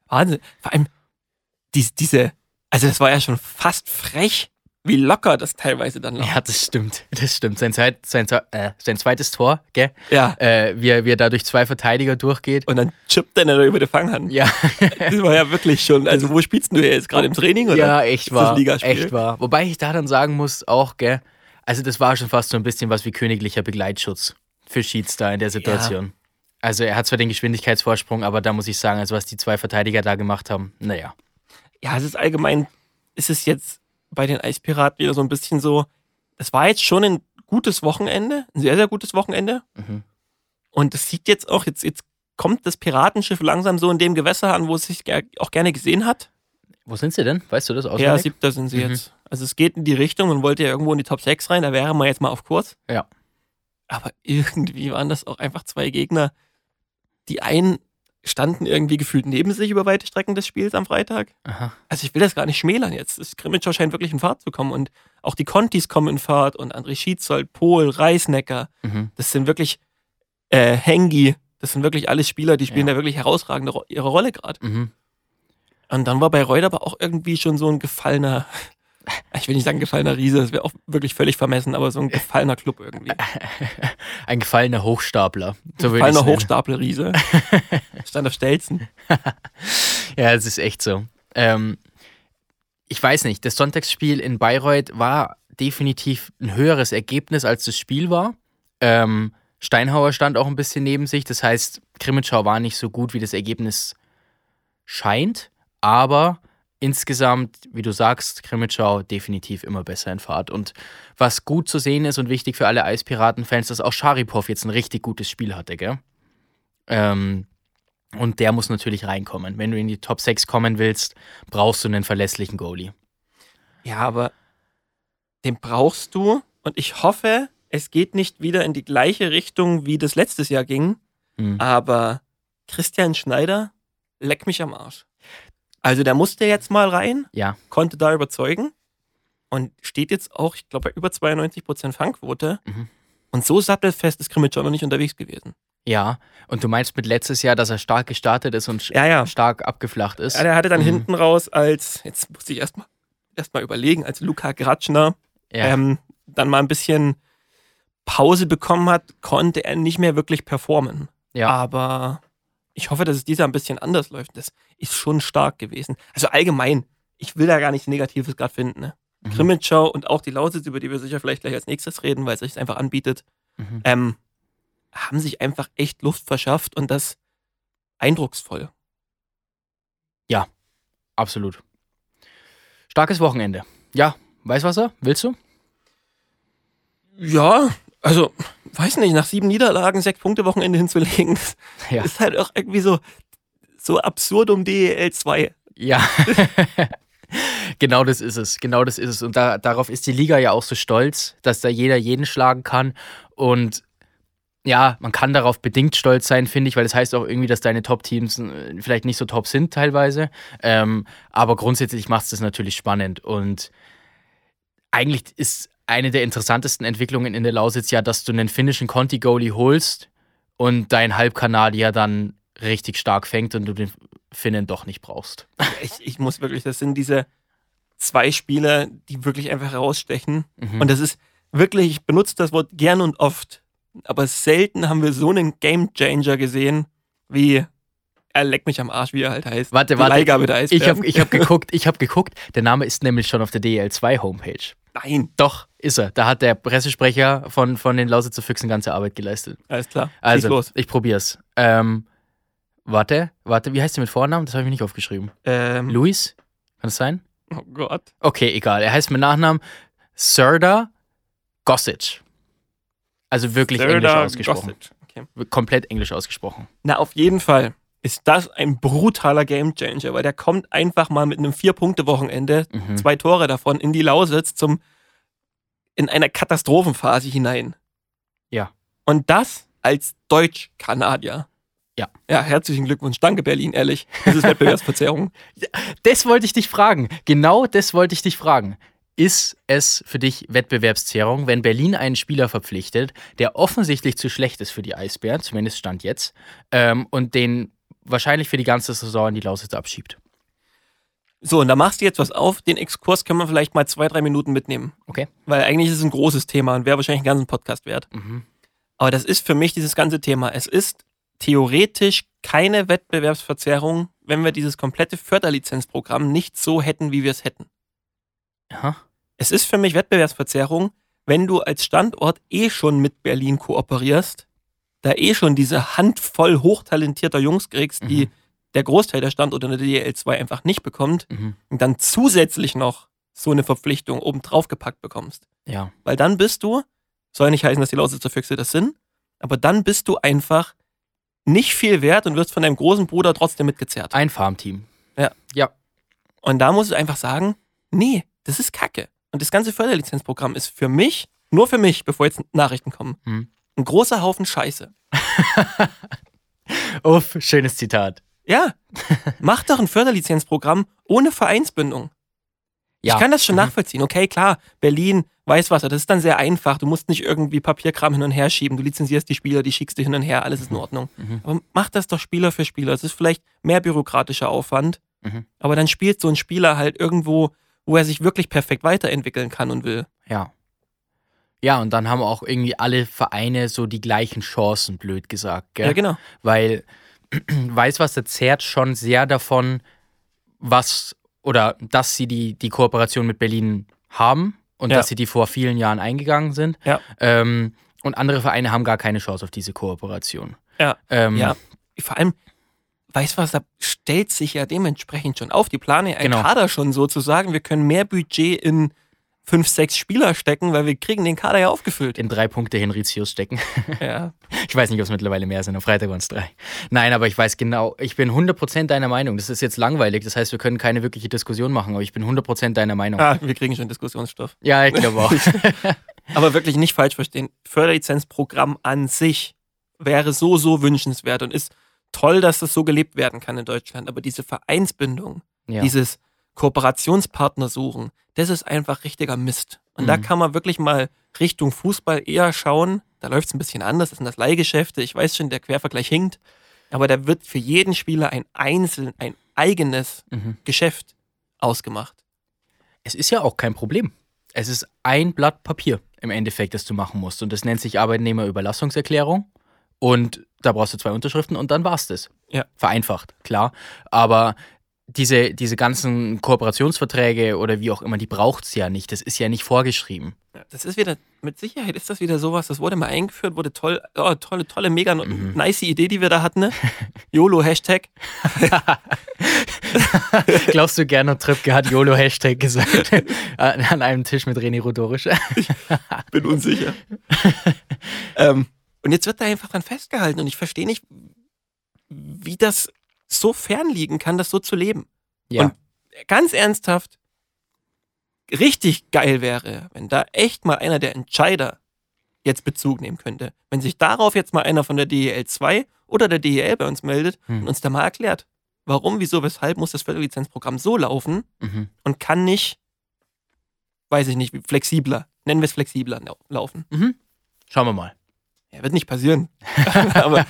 Speaker 1: Wahnsinn. Vor allem dies, diese, also das war ja schon fast frech, wie locker das teilweise dann lag.
Speaker 2: Ja, das stimmt. Das stimmt. Sein, zweit, sein, zwe- äh, sein zweites Tor, gell?
Speaker 1: Ja.
Speaker 2: Äh, wie, er, wie er da durch zwei Verteidiger durchgeht.
Speaker 1: Und dann chippt er da über die Fanghand.
Speaker 2: *laughs* Ja,
Speaker 1: Das war ja wirklich schon, also wo spielst du hier jetzt? Gerade im Training oder?
Speaker 2: ja, echt
Speaker 1: Ist das
Speaker 2: wahr.
Speaker 1: Ligaspiel?
Speaker 2: Echt wahr. Wobei ich da dann sagen muss, auch, gell? Also, das war schon fast so ein bisschen was wie königlicher Begleitschutz für Sheets da in der Situation. Also, er hat zwar den Geschwindigkeitsvorsprung, aber da muss ich sagen, also, was die zwei Verteidiger da gemacht haben, naja.
Speaker 1: ja, es ist allgemein, ist es jetzt bei den Eispiraten wieder so ein bisschen so, es war jetzt schon ein gutes Wochenende, ein sehr, sehr gutes Wochenende.
Speaker 2: Mhm.
Speaker 1: Und es sieht jetzt auch, jetzt, jetzt kommt das Piratenschiff langsam so in dem Gewässer an, wo es sich ger- auch gerne gesehen hat.
Speaker 2: Wo sind sie denn? Weißt du das
Speaker 1: Ja,
Speaker 2: auswendig?
Speaker 1: siebter sind sie
Speaker 2: Mhm.
Speaker 1: jetzt. Also es geht in die Richtung, man wollte ja irgendwo in die Top 6 rein, da wäre man jetzt mal auf Kurs.
Speaker 2: Ja.
Speaker 1: Aber irgendwie waren das auch einfach zwei Gegner, die einen standen irgendwie gefühlt neben sich über weite Strecken des Spiels am Freitag.
Speaker 2: Aha.
Speaker 1: Also ich will das gar nicht schmälern jetzt. Das Grimmitschau scheint wirklich in Fahrt zu kommen und auch die Contis kommen in Fahrt und André Schietzold, Pohl, Reisnecker,
Speaker 2: Mhm.
Speaker 1: das sind wirklich äh, Hengi, das sind wirklich alles Spieler, die spielen
Speaker 2: Ja.
Speaker 1: da wirklich herausragende Ro ihre Rolle gerade.
Speaker 2: Mhm.
Speaker 1: Und dann war bei Reut aber auch irgendwie schon so ein gefallener, *laughs* ich will nicht sagen gefallener Riese, das wäre auch wirklich völlig vermessen, aber so ein gefallener Club irgendwie.
Speaker 2: Ein gefallener Hochstapler. So würde
Speaker 1: Gefallener
Speaker 2: ich's nennen.
Speaker 1: Hochstapel-Riese. Stand auf Stelzen.
Speaker 2: Ja, es ist echt so. Ähm, ich weiß nicht, das Sonntagsspiel in Bayreuth war definitiv ein höheres Ergebnis, als das Spiel war. Ähm, Steinhauer stand auch ein bisschen neben sich. Das heißt, Krimitschau war nicht so gut, wie das Ergebnis scheint. Aber insgesamt, wie du sagst, Krimitschau definitiv immer besser in Fahrt. Und was gut zu sehen ist und wichtig für alle Eispiraten-Fans, dass auch Sharipov jetzt ein richtig gutes Spiel hatte, gell? Ähm, und der muss natürlich reinkommen. Wenn du in die Top 6 kommen willst, brauchst du einen verlässlichen Goalie.
Speaker 1: Ja, aber den brauchst du und ich hoffe, es geht nicht wieder in die gleiche Richtung, wie das letztes Jahr ging. Ah.
Speaker 2: Mhm.
Speaker 1: Aber Christian Schneider, leck mich am Arsch. Also der musste jetzt mal rein,
Speaker 2: Ja.
Speaker 1: konnte da überzeugen und steht jetzt auch, ich glaube, bei über 92% Fangquote.
Speaker 2: Mhm.
Speaker 1: Und so sattelfest ist Krimitschau noch nicht unterwegs gewesen.
Speaker 2: Ja. Und du meinst mit letztes Jahr, dass er stark gestartet ist und sch-
Speaker 1: Ja, ja.
Speaker 2: stark abgeflacht ist?
Speaker 1: ja der hatte dann
Speaker 2: Mhm.
Speaker 1: hinten raus als, jetzt muss ich erstmal erst mal überlegen, als Luca Gratschner
Speaker 2: Ja.
Speaker 1: ähm, dann mal ein bisschen Pause bekommen hat, konnte er nicht mehr wirklich performen.
Speaker 2: ja.
Speaker 1: Aber ich hoffe, dass es dieser ein bisschen anders läuft. Das ist schon stark gewesen. Also allgemein, ich will da gar nichts Negatives gerade finden. Ne?
Speaker 2: Mhm.
Speaker 1: Krimitschau und auch die Lausitz, über die wir sicher vielleicht gleich als nächstes reden, weil es sich einfach anbietet,
Speaker 2: Mhm.
Speaker 1: ähm, haben sich einfach echt Luft verschafft und das eindrucksvoll.
Speaker 2: Absolut. Starkes Wochenende. Ja. Weißwasser? Willst du? *laughs*
Speaker 1: Ja, also, weiß nicht, nach sieben Niederlagen sechs Punkte Wochenende hinzulegen, *laughs*
Speaker 2: Ja.
Speaker 1: ist halt auch irgendwie so, so absurd um DEL 2.
Speaker 2: Ja. *laughs* genau das ist es. Genau das ist es. Und da, darauf ist die Liga ja auch so stolz, dass da jeder jeden schlagen kann. Und ja, man kann darauf bedingt stolz sein, finde ich, weil das heißt auch irgendwie, dass deine Top-Teams äh, vielleicht nicht so top sind teilweise. Ähm, aber grundsätzlich macht es das natürlich spannend. Und eigentlich ist eine der interessantesten Entwicklungen in der Lausitz ja, dass du einen finnischen Conti-Goalie holst und dein Halbkanadier dann richtig stark fängt und du den Finnen doch nicht brauchst.
Speaker 1: Ich, ich muss wirklich, das sind diese zwei Spieler, die wirklich einfach herausstechen.
Speaker 2: Mhm.
Speaker 1: Und das ist wirklich, ich benutze das Wort gern und oft, aber selten haben wir so einen Game Changer gesehen, wie er leckt mich am Arsch, wie er halt heißt.
Speaker 2: Warte,
Speaker 1: Die
Speaker 2: warte.
Speaker 1: Leihgabe der Eisbären.
Speaker 2: ich habe ich hab geguckt, ich habe geguckt. Der Name ist nämlich schon auf der DEL2 Homepage.
Speaker 1: Nein,
Speaker 2: Doch, ist er. Da hat der Pressesprecher von, von den Lausitzer Füchsen ganze Arbeit geleistet.
Speaker 1: alles klar.
Speaker 2: Also,
Speaker 1: Schieß los.
Speaker 2: ich probier's. Ähm, warte, warte, wie heißt der mit Vornamen? Das habe ich mir nicht aufgeschrieben.
Speaker 1: Ähm,
Speaker 2: Luis? Kann das sein?
Speaker 1: oh Gott.
Speaker 2: Okay, egal. Er heißt mit Nachnamen Serda Gossic. Also wirklich englisch
Speaker 1: Söder
Speaker 2: ausgesprochen.
Speaker 1: Gossett. Okay.
Speaker 2: Komplett englisch ausgesprochen.
Speaker 1: Na, auf jeden Fall ist das ein brutaler Game Changer, weil der kommt einfach mal mit einem Vier-Punkte-Wochenende,
Speaker 2: Mhm.
Speaker 1: zwei Tore davon, in die Lausitz zum, in einer Katastrophenphase hinein.
Speaker 2: Ja.
Speaker 1: Und das als Deutsch-Kanadier.
Speaker 2: Ja.
Speaker 1: Ja, herzlichen Glückwunsch. Danke, Berlin, ehrlich. Das ist
Speaker 2: *laughs*
Speaker 1: Wettbewerbsverzerrung.
Speaker 2: Das wollte ich dich fragen. Genau das wollte ich dich fragen. Ist es für dich Wettbewerbszerrung, wenn Berlin einen Spieler verpflichtet, der offensichtlich zu schlecht ist für die Eisbären, zumindest Stand jetzt, ähm, und den wahrscheinlich für die ganze Saison in die Lausitz abschiebt?
Speaker 1: So, und da machst du jetzt was auf. Den Exkurs können wir vielleicht mal zwei, drei Minuten mitnehmen.
Speaker 2: Okay.
Speaker 1: Weil eigentlich ist es ein großes Thema und wäre wahrscheinlich einen ganzen Podcast wert.
Speaker 2: Mhm.
Speaker 1: Aber das ist für mich dieses ganze Thema. Es ist theoretisch keine Wettbewerbsverzerrung, wenn wir dieses komplette Förderlizenzprogramm nicht so hätten, wie wir es hätten.
Speaker 2: Aha.
Speaker 1: Es ist für mich Wettbewerbsverzerrung, wenn du als Standort eh schon mit Berlin kooperierst, da eh schon diese Handvoll hochtalentierter Jungs kriegst, die
Speaker 2: Mhm.
Speaker 1: der Großteil der Standorte in der DL2 einfach nicht bekommt
Speaker 2: Mhm.
Speaker 1: und dann zusätzlich noch so eine Verpflichtung obendrauf gepackt bekommst.
Speaker 2: Ja.
Speaker 1: Weil dann bist du, soll nicht heißen, dass die Lausitzer Füchse das sind, aber dann bist du einfach nicht viel wert und wirst von deinem großen Bruder trotzdem mitgezerrt.
Speaker 2: Ein Farmteam.
Speaker 1: Und da musst du einfach sagen, nee, das ist Kacke. Und das ganze Förderlizenzprogramm ist für mich, nur für mich, bevor jetzt Nachrichten kommen,
Speaker 2: Mhm.
Speaker 1: ein großer Haufen Scheiße.
Speaker 2: Uff, schönes Zitat. *laughs*
Speaker 1: Ja, mach doch ein Förderlizenzprogramm ohne Vereinsbindung.
Speaker 2: Ja. Mhm.
Speaker 1: Ich kann das schon nachvollziehen. Okay, klar, Berlin, Weißwasser, das ist dann sehr einfach. Du musst nicht irgendwie Papierkram hin und her schieben. Du lizenzierst die Spieler, die schickst du hin und her, alles ist in Ordnung.
Speaker 2: Mhm.
Speaker 1: Aber mach das doch Spieler für Spieler. Es ist vielleicht mehr bürokratischer Aufwand,
Speaker 2: Mhm.
Speaker 1: aber dann spielt so ein Spieler halt irgendwo, wo er sich wirklich perfekt weiterentwickeln kann und will.
Speaker 2: Mhm. Ja. Ja, und dann haben auch irgendwie alle Vereine so die gleichen Chancen, blöd gesagt. Gell?
Speaker 1: Ja, genau.
Speaker 2: weil *clears throat* Weißwasser zehrt schon sehr davon, was oder dass sie die, die Kooperation mit Berlin haben und
Speaker 1: Ja.
Speaker 2: dass sie die vor vielen Jahren eingegangen sind.
Speaker 1: Ja.
Speaker 2: Ähm, und andere Vereine haben gar keine Chance auf diese Kooperation.
Speaker 1: Ja.
Speaker 2: Ähm,
Speaker 1: Ja, vor allem, Weißwasser stellt sich ja dementsprechend schon auf. Die planen ja einen
Speaker 2: Genau.
Speaker 1: Kader schon sozusagen. Wir können mehr Budget in fünf, sechs Spieler stecken, weil wir kriegen den Kader ja aufgefüllt.
Speaker 2: In drei Punkte Henricius stecken. *laughs*
Speaker 1: Ja.
Speaker 2: Ich weiß nicht, ob es mittlerweile mehr sind. Am Freitag waren es drei. Nein, aber ich weiß genau, ich bin 100% deiner Meinung. Das ist jetzt langweilig. Das heißt, wir können keine wirkliche Diskussion machen, aber ich bin 100% deiner Meinung.
Speaker 1: Ah, wir kriegen schon Diskussionsstoff.
Speaker 2: Ja, ich
Speaker 1: *laughs*
Speaker 2: glaube auch.
Speaker 1: Aber wirklich nicht falsch verstehen. Förderlizenzprogramm an sich wäre so, so wünschenswert und ist toll, dass das so gelebt werden kann in Deutschland. Aber diese Vereinsbindung,
Speaker 2: ja.
Speaker 1: dieses Kooperationspartner suchen, das ist einfach richtiger Mist. Und da
Speaker 2: Mhm.
Speaker 1: kann man wirklich mal Richtung Fußball eher schauen. Da läuft es ein bisschen anders, das sind das Leihgeschäfte. Ich weiß schon, der Quervergleich hinkt. Aber da wird für jeden Spieler ein einzeln, ein eigenes
Speaker 2: mhm.
Speaker 1: Geschäft ausgemacht.
Speaker 2: Es ist ja auch kein Problem. Es ist ein Blatt Papier im Endeffekt, das du machen musst. Und das nennt sich Arbeitnehmerüberlassungserklärung. Und da brauchst du zwei Unterschriften und dann war's das.
Speaker 1: Ja.
Speaker 2: Vereinfacht, klar. Aber diese, diese ganzen Kooperationsverträge oder wie auch immer, die braucht's ja nicht. Das ist ja nicht *laughs* vorgeschrieben.
Speaker 1: Ja, Das ist wieder, mit Sicherheit ist das wieder sowas, das wurde mal eingeführt, wurde toll, oh, tolle, tolle, mega
Speaker 2: Mhm.
Speaker 1: nice Idee, die wir da hatten. Ne? *laughs* YOLO Hashtag.
Speaker 2: Glaubst du, Gernot Trippke hat YOLO-Hashtag gesagt? *laughs* An an einem Tisch mit René Rodorisch.
Speaker 1: Bin *laughs* unsicher. ähm, und jetzt wird da einfach dran festgehalten und ich verstehe nicht, wie das so fernliegen kann, das so zu leben.
Speaker 2: *laughs* Ja.
Speaker 1: Und ganz ernsthaft, richtig geil wäre, wenn da echt mal einer der Entscheider jetzt Bezug nehmen könnte. Wenn sich darauf jetzt mal einer von der DEL 2 oder der DEL bei uns meldet
Speaker 2: Hm.
Speaker 1: und uns da mal erklärt, warum, wieso, weshalb muss das Förderlizenzprogramm so laufen
Speaker 2: mhm.
Speaker 1: und kann nicht, weiß ich nicht, flexibler, nennen wir es flexibler lau- laufen.
Speaker 2: Mhm. Schauen wir mal.
Speaker 1: Ja, wird nicht passieren. *laughs* Aber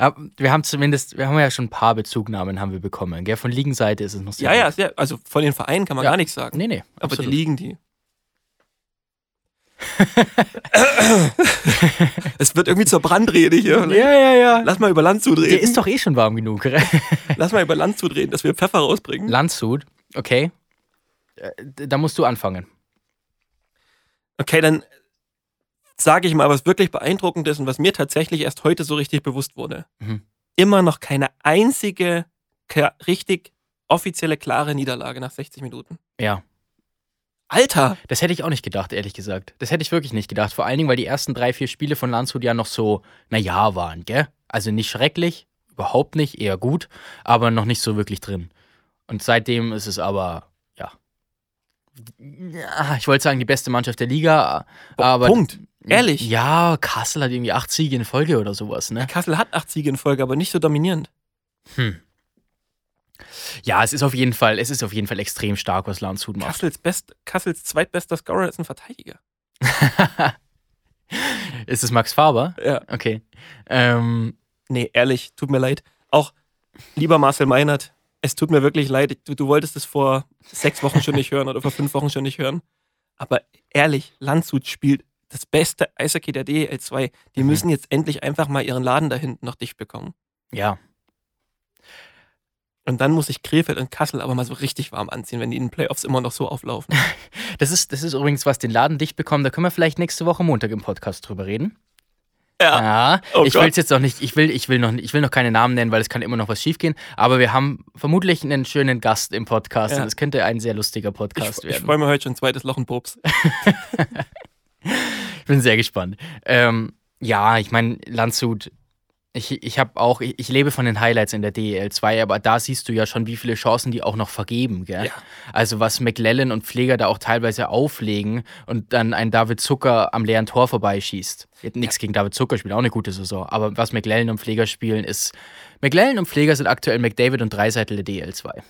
Speaker 2: Aber wir haben zumindest, wir haben ja schon ein paar Bezugnahmen haben wir bekommen. Gell? Von Liegenseite ist es noch sehr
Speaker 1: ja, ja,
Speaker 2: gut.
Speaker 1: sehr, also von den Vereinen kann man
Speaker 2: Ja.
Speaker 1: gar nichts sagen.
Speaker 2: Nee, nee.
Speaker 1: Aber
Speaker 2: absolut.
Speaker 1: die liegen die.
Speaker 2: *laughs*
Speaker 1: es wird irgendwie zur Brandrede hier.
Speaker 2: Ja, ja, ja.
Speaker 1: Lass mal über Landshut
Speaker 2: Der
Speaker 1: reden.
Speaker 2: ist doch eh schon warm genug.
Speaker 1: *laughs* Lass mal über Landshut reden, dass wir Pfeffer rausbringen.
Speaker 2: Landshut, okay. Äh, Da musst du anfangen.
Speaker 1: Okay, dann sage ich mal, was wirklich beeindruckend ist und was mir tatsächlich erst heute so richtig bewusst wurde.
Speaker 2: Mhm.
Speaker 1: Immer noch keine einzige kla- richtig offizielle klare Niederlage nach 60 Minuten.
Speaker 2: Ja.
Speaker 1: Alter!
Speaker 2: Das hätte ich auch nicht gedacht, ehrlich gesagt. Das hätte ich wirklich nicht gedacht. Vor allen Dingen, weil die ersten drei, vier Spiele von Landshut ja noch so, naja, waren, gell? Also nicht schrecklich, überhaupt nicht, eher gut, aber noch nicht so wirklich drin. Und seitdem ist es aber, ja. Ja, Ich wollte sagen, die beste Mannschaft der Liga, aber.
Speaker 1: Punkt. Ehrlich?
Speaker 2: Ja, Kassel hat irgendwie acht Siege in Folge oder sowas, ne?
Speaker 1: Kassel hat acht Siege in Folge, aber nicht so dominierend.
Speaker 2: Hm. Ja, es ist auf jeden Fall, es ist auf jeden Fall extrem stark, was Landshut macht.
Speaker 1: Kassels, best, Kassels zweitbester Scorer ist ein Verteidiger.
Speaker 2: ist es Max Faber?
Speaker 1: Ja.
Speaker 2: Okay. Ähm,
Speaker 1: Nee, ehrlich, tut mir leid. Auch lieber Marcel Meinert, es tut mir wirklich leid. Du, du wolltest es vor sechs Wochen schon nicht hören oder vor fünf Wochen schon nicht hören. Aber ehrlich, Landshut spielt das beste Eishockey der DEL2. Die
Speaker 2: Mhm.
Speaker 1: müssen jetzt endlich einfach mal ihren Laden da hinten noch dicht bekommen.
Speaker 2: ja,
Speaker 1: Und dann muss ich Krefeld und Kassel aber mal so richtig warm anziehen, wenn die in den Playoffs immer noch so auflaufen.
Speaker 2: das ist, das ist übrigens was, den Laden dicht bekommen. Da können wir vielleicht nächste Woche Montag im Podcast drüber reden. Ja,
Speaker 1: Oh
Speaker 2: ich
Speaker 1: Gott.
Speaker 2: will es jetzt noch nicht, ich will, ich, will noch, ich will noch keine Namen nennen, weil es kann immer noch was schiefgehen. Aber wir haben vermutlich einen schönen Gast im Podcast
Speaker 1: Ja.
Speaker 2: und es könnte ein sehr lustiger
Speaker 1: ich,
Speaker 2: Podcast
Speaker 1: ich
Speaker 2: werden.
Speaker 1: freue mich heute schon zweites Loch in Pops.
Speaker 2: Ich bin sehr gespannt. Ähm, ja, ich meine, Landshut, ich, ich habe auch, ich, ich lebe von den Highlights in der DEL 2, aber da siehst du ja schon, wie viele Chancen die auch noch vergeben, gell?
Speaker 1: Ja.
Speaker 2: Also was McLellan und Pfleger da auch teilweise auflegen und dann ein David Zucker am leeren Tor vorbeischießt. Nichts gegen David Zucker, spielt auch eine gute Saison, aber was McLellan und Pfleger spielen ist, McLellan und Pfleger sind aktuell McDavid und Dreiseitel der E DEL 2.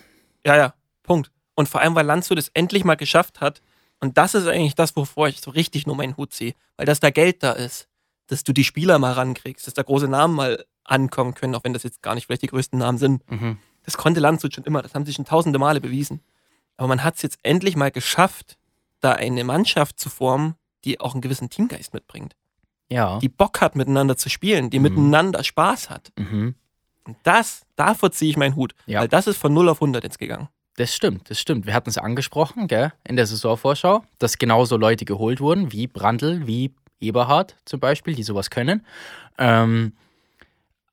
Speaker 1: Ja, ja, Punkt. Und vor allem, weil Landshut es endlich mal geschafft hat, und das ist eigentlich das, wovor ich so richtig nur meinen Hut ziehe, weil dass da Geld da ist, dass du die Spieler mal rankriegst, dass da große Namen mal ankommen können, auch wenn das jetzt gar nicht vielleicht die größten Namen sind.
Speaker 2: Mhm.
Speaker 1: Das konnte Landshut schon immer, das haben sie schon tausende Male bewiesen. Aber man hat es jetzt endlich mal geschafft, da eine Mannschaft zu formen, die auch einen gewissen Teamgeist mitbringt,
Speaker 2: Ja.
Speaker 1: die Bock hat, miteinander zu spielen, die
Speaker 2: Mhm.
Speaker 1: miteinander Spaß hat.
Speaker 2: Mhm.
Speaker 1: Und das, davor ziehe ich meinen Hut,
Speaker 2: Ja.
Speaker 1: weil das ist von 0 auf 100 jetzt gegangen.
Speaker 2: Das stimmt, das stimmt. Wir hatten es angesprochen, gell, in der Saisonvorschau, dass genauso Leute geholt wurden, wie Brandl, wie Eberhard zum Beispiel, die sowas können. Ähm,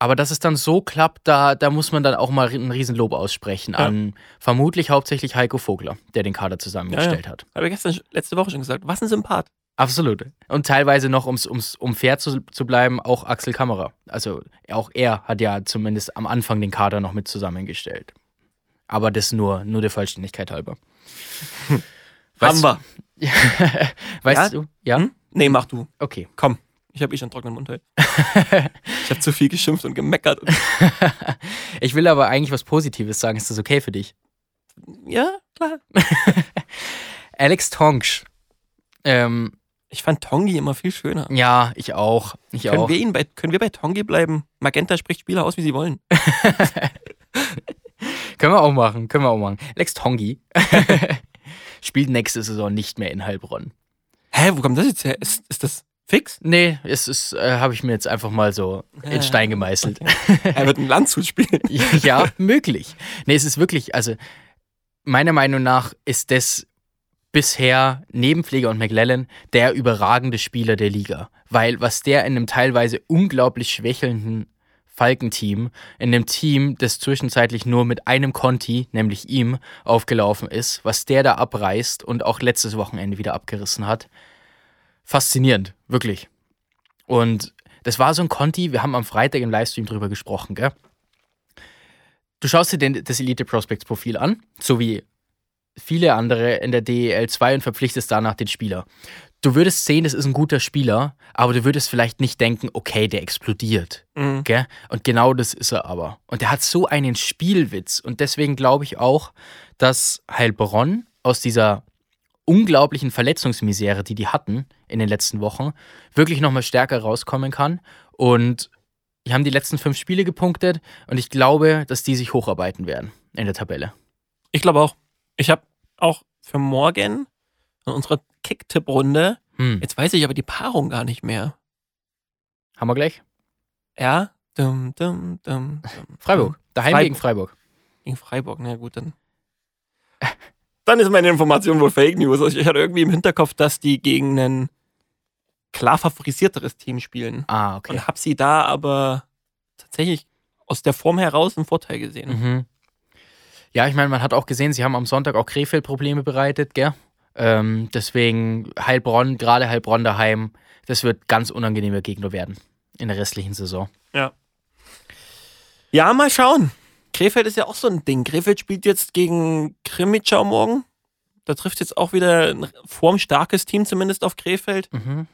Speaker 2: aber dass es dann so klappt, da, da muss man dann auch mal ein Riesenlob aussprechen
Speaker 1: Ja.
Speaker 2: an vermutlich hauptsächlich Heiko Vogler, der den Kader zusammengestellt hat.
Speaker 1: Habe ich gestern, sch- letzte Woche schon gesagt. Was ein Sympath.
Speaker 2: Absolut. Und teilweise noch, ums, ums, um fair zu, zu bleiben, auch Axel Kammerer. Also auch er hat ja zumindest am Anfang den Kader noch mit zusammengestellt. Aber das nur, nur der Vollständigkeit halber.
Speaker 1: *laughs* Haben wir.
Speaker 2: Weißt *laughs*
Speaker 1: Ja?
Speaker 2: du? Ja?
Speaker 1: Hm? Nee, mach du.
Speaker 2: Okay.
Speaker 1: Komm. Ich habe eh schon trockenen
Speaker 2: *laughs*
Speaker 1: Mund heute. ich habe zu viel geschimpft und gemeckert. Und, *laughs*
Speaker 2: Ich will aber eigentlich was Positives sagen. Ist das okay für dich?
Speaker 1: ja, klar.
Speaker 2: Alex Tonsch. Ähm,
Speaker 1: Ich fand Tongi immer viel schöner.
Speaker 2: ja, ich auch. Ich
Speaker 1: Können
Speaker 2: auch.
Speaker 1: wir, ihn bei, können wir bei Tongi bleiben? Magenta spricht Spieler aus, wie sie wollen.
Speaker 2: Können wir auch machen. Können wir auch machen. Alex Tongi *laughs* spielt nächste Saison nicht mehr in Heilbronn.
Speaker 1: Hä, wo kommt das jetzt her? Ist, ist das
Speaker 2: *laughs*
Speaker 1: fix?
Speaker 2: Nee, es ist, äh, habe ich mir jetzt einfach mal so
Speaker 1: Ja.
Speaker 2: in Stein gemeißelt.
Speaker 1: Er wird ein Landshut spielen.
Speaker 2: *laughs* ja, möglich. Nee, es ist wirklich, also meiner Meinung nach ist das bisher neben Pfleger und McLellan der überragende Spieler der Liga. Weil was der in einem teilweise unglaublich schwächelnden Falkenteam, in einem Team, das zwischenzeitlich nur mit einem Conti, nämlich ihm, aufgelaufen ist, was der da abreißt und auch letztes Wochenende wieder abgerissen hat. Faszinierend, wirklich. Und das war so ein Conti, wir haben am Freitag im Livestream drüber gesprochen, gell? du schaust dir den, das Elite Prospects Profil an, so wie viele andere in der DEL 2 und verpflichtest danach den Spieler. Du würdest sehen, das ist ein guter Spieler, aber du würdest vielleicht nicht denken, okay, der explodiert.
Speaker 1: Mhm.
Speaker 2: Gell? Und genau das ist er aber. Und er hat so einen Spielwitz. Und deswegen glaube ich auch, dass Heilbronn aus dieser unglaublichen Verletzungsmisere, die die hatten in den letzten Wochen, wirklich nochmal stärker rauskommen kann. Und die haben die letzten fünf Spiele gepunktet. Und ich glaube, dass die sich hocharbeiten werden in der Tabelle.
Speaker 1: Ich glaube auch. Ich habe auch für morgen in unserer Kicktipp-Runde,
Speaker 2: Hm.
Speaker 1: jetzt weiß ich aber die Paarung gar nicht mehr.
Speaker 2: Haben wir gleich?
Speaker 1: Ja? Dum, dum, dum, dum,
Speaker 2: Freiburg. Daheim
Speaker 1: Freiburg.
Speaker 2: gegen Hm. Freiburg.
Speaker 1: Gegen Freiburg, na gut, dann. *laughs* Dann ist meine Information wohl Fake News. Also Ich hatte irgendwie im Hinterkopf, dass die gegen ein klar favorisierteres Team spielen.
Speaker 2: Ah, okay.
Speaker 1: Und hab sie da aber tatsächlich aus der Form heraus einen Vorteil gesehen.
Speaker 2: Mhm. Ja, ich meine, man hat auch gesehen, sie haben am Sonntag auch Krefeld Probleme bereitet, gell? Ähm, deswegen Heilbronn, gerade Heilbronn daheim, das wird ganz unangenehmer Gegner werden in der restlichen Saison.
Speaker 1: Ja, mal schauen. Krefeld ist ja auch so ein Ding. Krefeld spielt jetzt gegen Krimitschau morgen. Da trifft jetzt auch wieder ein formstarkes Team zumindest auf Krefeld.
Speaker 2: Mhm.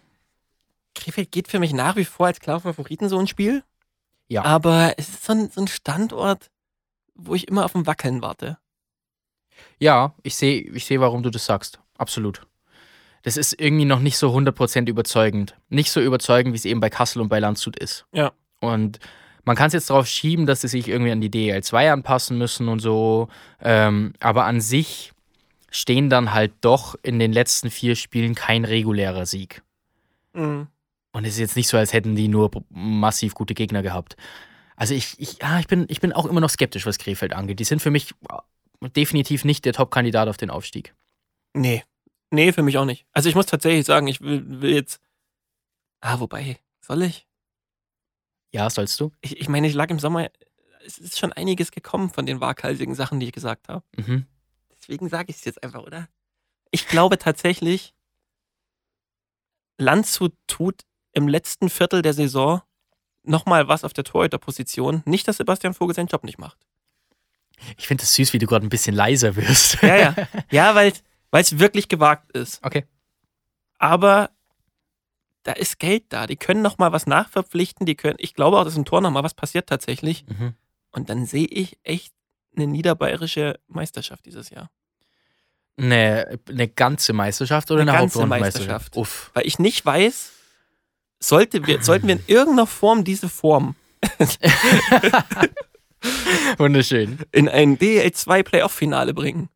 Speaker 1: Krefeld geht für mich nach wie vor als klaren Favoriten so ein Spiel.
Speaker 2: Ja.
Speaker 1: Aber es ist so ein, so ein Standort, wo ich immer auf dem Wackeln warte.
Speaker 2: Ja, ich sehe, ich seh, warum du das sagst. Absolut. Das ist irgendwie noch nicht so 100% überzeugend. Nicht so überzeugend, wie es eben bei Kassel und bei Landshut ist.
Speaker 1: Ja.
Speaker 2: Und man kann es jetzt darauf schieben, dass sie sich irgendwie an die DEL 2 anpassen müssen und so. Ähm, aber an sich stehen dann halt doch in den letzten vier Spielen kein regulärer Sieg. Und es ist jetzt nicht so, als hätten die nur massiv gute Gegner gehabt. Also ich, ich, ja, ich, bin, ich bin auch immer noch skeptisch, was Krefeld angeht. Die sind für mich äh, definitiv nicht der Top-Kandidat auf den Aufstieg.
Speaker 1: Nee. Nee, für mich auch nicht. Also ich muss tatsächlich sagen, ich will, will jetzt. Ah, wobei, soll ich?
Speaker 2: Ja, sollst du?
Speaker 1: ich? Ich meine, ich lag im Sommer. Es ist schon einiges gekommen von den waghalsigen Sachen, die ich gesagt habe.
Speaker 2: Mhm.
Speaker 1: Deswegen sage ich es jetzt einfach, oder? Ich glaube tatsächlich, Landshut tut im letzten Viertel der Saison nochmal was auf der Torhüterposition. Nicht, dass Sebastian Vogel seinen Job nicht macht.
Speaker 2: Ich finde es süß, wie du gerade ein bisschen leiser wirst.
Speaker 1: Ja,
Speaker 2: *laughs*
Speaker 1: ja. Ja, weil es wirklich gewagt ist.
Speaker 2: Okay.
Speaker 1: Aber da ist Geld da. Die können nochmal was nachverpflichten. Die können, ich glaube auch, dass im Tor nochmal was passiert tatsächlich.
Speaker 2: Mhm.
Speaker 1: Und dann sehe ich echt eine niederbayerische Meisterschaft dieses Jahr.
Speaker 2: Eine, eine ganze Meisterschaft oder
Speaker 1: Eine
Speaker 2: eine,
Speaker 1: ganze
Speaker 2: Hauptrundenmeisterschaft?
Speaker 1: Meisterschaft.
Speaker 2: Uff.
Speaker 1: weil ich nicht weiß, sollte wir, sollten wir in irgendeiner Form diese Form
Speaker 2: Wunderschön.
Speaker 1: in ein DL2 Playoff-Finale bringen.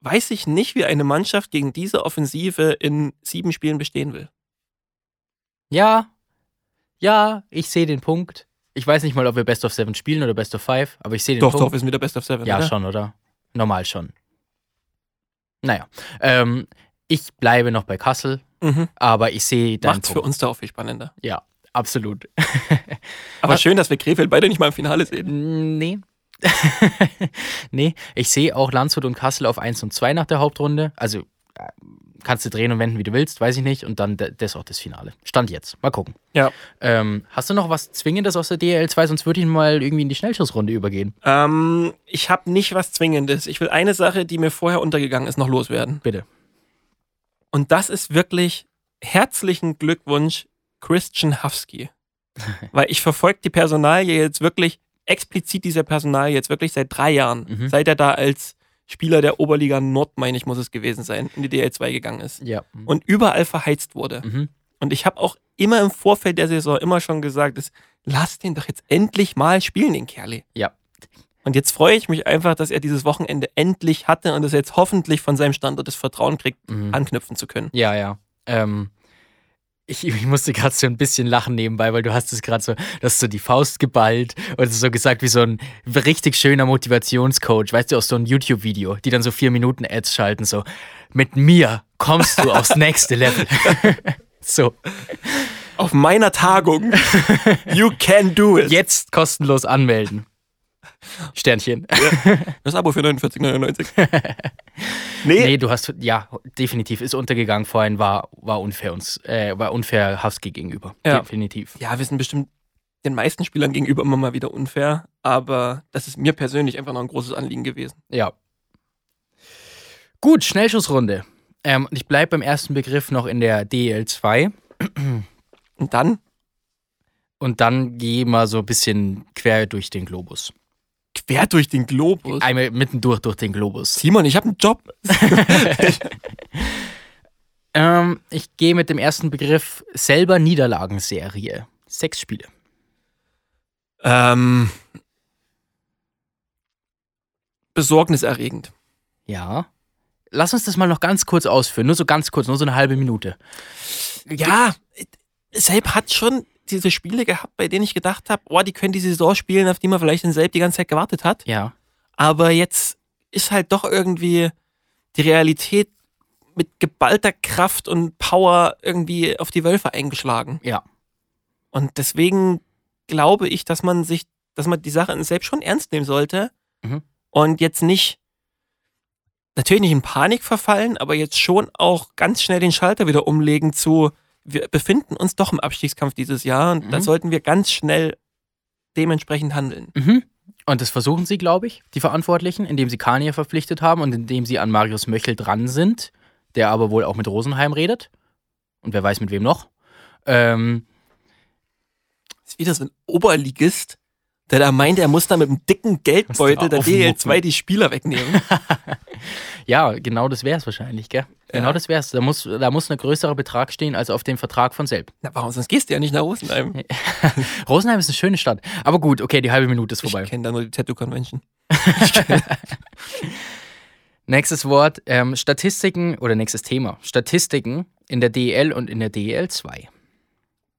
Speaker 1: Weiß ich nicht, wie eine Mannschaft gegen diese Offensive in sieben Spielen bestehen will.
Speaker 2: Ja, ja, ich sehe den Punkt. Ich weiß nicht mal, ob wir Best of Seven spielen oder Best of Five, aber ich sehe den Punkt.
Speaker 1: wir sind wieder Best of Seven.
Speaker 2: ja,
Speaker 1: oder?
Speaker 2: schon, oder? normal schon. Naja, ähm, ich bleibe noch bei Kassel,
Speaker 1: Mhm.
Speaker 2: aber ich sehe deinen
Speaker 1: Macht's für
Speaker 2: Punkt.
Speaker 1: uns da auch viel spannender.
Speaker 2: Ja, absolut.
Speaker 1: Aber schön, dass wir Krefeld beide nicht mal im Finale sehen.
Speaker 2: Hm, Nee. *laughs* nee, ich sehe auch Landshut und Kassel auf 1 und 2 nach der Hauptrunde. Also äh, kannst du drehen und wenden, wie du willst, weiß ich nicht. Und dann d- das auch das Finale. Stand jetzt. Mal gucken.
Speaker 1: Ja.
Speaker 2: Ähm, hast du noch was Zwingendes aus der DL 2? Sonst würde ich mal irgendwie in die Schnellschussrunde übergehen.
Speaker 1: Ähm, ich habe nicht was Zwingendes. Ich will eine Sache, die mir vorher untergegangen ist, noch loswerden.
Speaker 2: Bitte.
Speaker 1: Und das ist wirklich herzlichen Glückwunsch, Christian
Speaker 2: *laughs*
Speaker 1: Hafsky. Weil ich verfolge die Personalie jetzt wirklich, explizit dieser Personalie jetzt wirklich seit drei Jahren.
Speaker 2: Mhm.
Speaker 1: Seit er da als Spieler der Oberliga Nord, meine ich, muss es gewesen sein, in die DL2 gegangen ist.
Speaker 2: Ja.
Speaker 1: Und überall verheizt wurde.
Speaker 2: Mhm.
Speaker 1: Und ich habe auch immer im Vorfeld der Saison immer schon gesagt, das, lass den doch jetzt endlich mal spielen, den Kerli.
Speaker 2: Ja.
Speaker 1: Und jetzt freue ich mich einfach, dass er dieses Wochenende endlich hatte und dass er jetzt hoffentlich von seinem Standort das Vertrauen kriegt,
Speaker 2: Mhm.
Speaker 1: anknüpfen zu können.
Speaker 2: Ja, ja. Ähm, ich, ich musste gerade so ein bisschen lachen nebenbei, weil du hast es gerade so, dass so die Faust geballt und so gesagt wie so ein richtig schöner Motivationscoach, weißt du, aus so einem YouTube-Video, die dann so vier Minuten Ads schalten, so mit mir kommst du aufs nächste Level. *laughs* so,
Speaker 1: Auf meiner
Speaker 2: *laughs*
Speaker 1: Tagung. you can do it.
Speaker 2: jetzt kostenlos anmelden. Sternchen.
Speaker 1: Das Abo für
Speaker 2: *laughs*
Speaker 1: 49,99. nee,
Speaker 2: Nee, du hast, ja, definitiv ist untergegangen vorhin, war, war unfair uns, äh, war unfair Husky gegenüber.
Speaker 1: Ja.
Speaker 2: Definitiv.
Speaker 1: ja, wir sind bestimmt den meisten Spielern gegenüber immer mal wieder unfair, aber das ist mir persönlich einfach noch ein großes Anliegen gewesen.
Speaker 2: Ja. Gut, Schnellschussrunde. Ähm, ich bleibe beim ersten Begriff noch in der DL2
Speaker 1: Und dann
Speaker 2: und dann gehe mal so ein bisschen quer durch den Globus.
Speaker 1: quer durch den Globus.
Speaker 2: Einmal mittendurch durch den Globus.
Speaker 1: Simon, ich habe einen Job.
Speaker 2: Ähm, ich gehe mit dem ersten Begriff selber Niederlagenserie. Sechs Spiele.
Speaker 1: Ähm, besorgniserregend.
Speaker 2: Ja. Lass uns das mal noch ganz kurz ausführen. Nur so ganz kurz, nur so eine halbe Minute.
Speaker 1: Ja, Selb hat schon diese Spiele gehabt, bei denen ich gedacht habe, boah, die können die Saison spielen, auf die man vielleicht in Selb die ganze Zeit gewartet hat.
Speaker 2: Ja.
Speaker 1: Aber jetzt ist halt doch irgendwie die Realität mit geballter Kraft und Power irgendwie auf die Wölfe eingeschlagen.
Speaker 2: Ja.
Speaker 1: Und deswegen glaube ich, dass man sich, dass man die Sache selbst schon ernst nehmen sollte
Speaker 2: Mhm.
Speaker 1: und jetzt nicht, natürlich nicht in Panik verfallen, aber jetzt schon auch ganz schnell den Schalter wieder umlegen zu, wir befinden uns doch im Abstiegskampf dieses Jahr und da
Speaker 2: Mhm.
Speaker 1: sollten wir ganz schnell dementsprechend handeln.
Speaker 2: Mhm. Und das versuchen sie, glaube ich, die Verantwortlichen, indem sie Kania verpflichtet haben und indem sie an Marius Möchel dran sind, der aber wohl auch mit Rosenheim redet. Und wer weiß mit wem noch. Ähm,
Speaker 1: ist wieder so ein Oberligist, der da meint, er muss da mit einem dicken Geldbeutel der
Speaker 2: Musst du mal
Speaker 1: DL2 die Spieler wegnehmen. *laughs*
Speaker 2: ja, genau das wäre es wahrscheinlich, gell? Genau das wäre es. Da muss, da muss ein größerer Betrag stehen als auf dem Vertrag von selbst.
Speaker 1: Na, warum sonst gehst du ja nicht nach Rosenheim?
Speaker 2: Rosenheim ist eine schöne Stadt. Aber gut, okay, die halbe Minute ist
Speaker 1: Ich
Speaker 2: vorbei.
Speaker 1: kenne da nur die Tattoo-Convention.
Speaker 2: Nächstes Wort, ähm, Statistiken oder nächstes Thema. Statistiken in der DEL und in der DEL 2.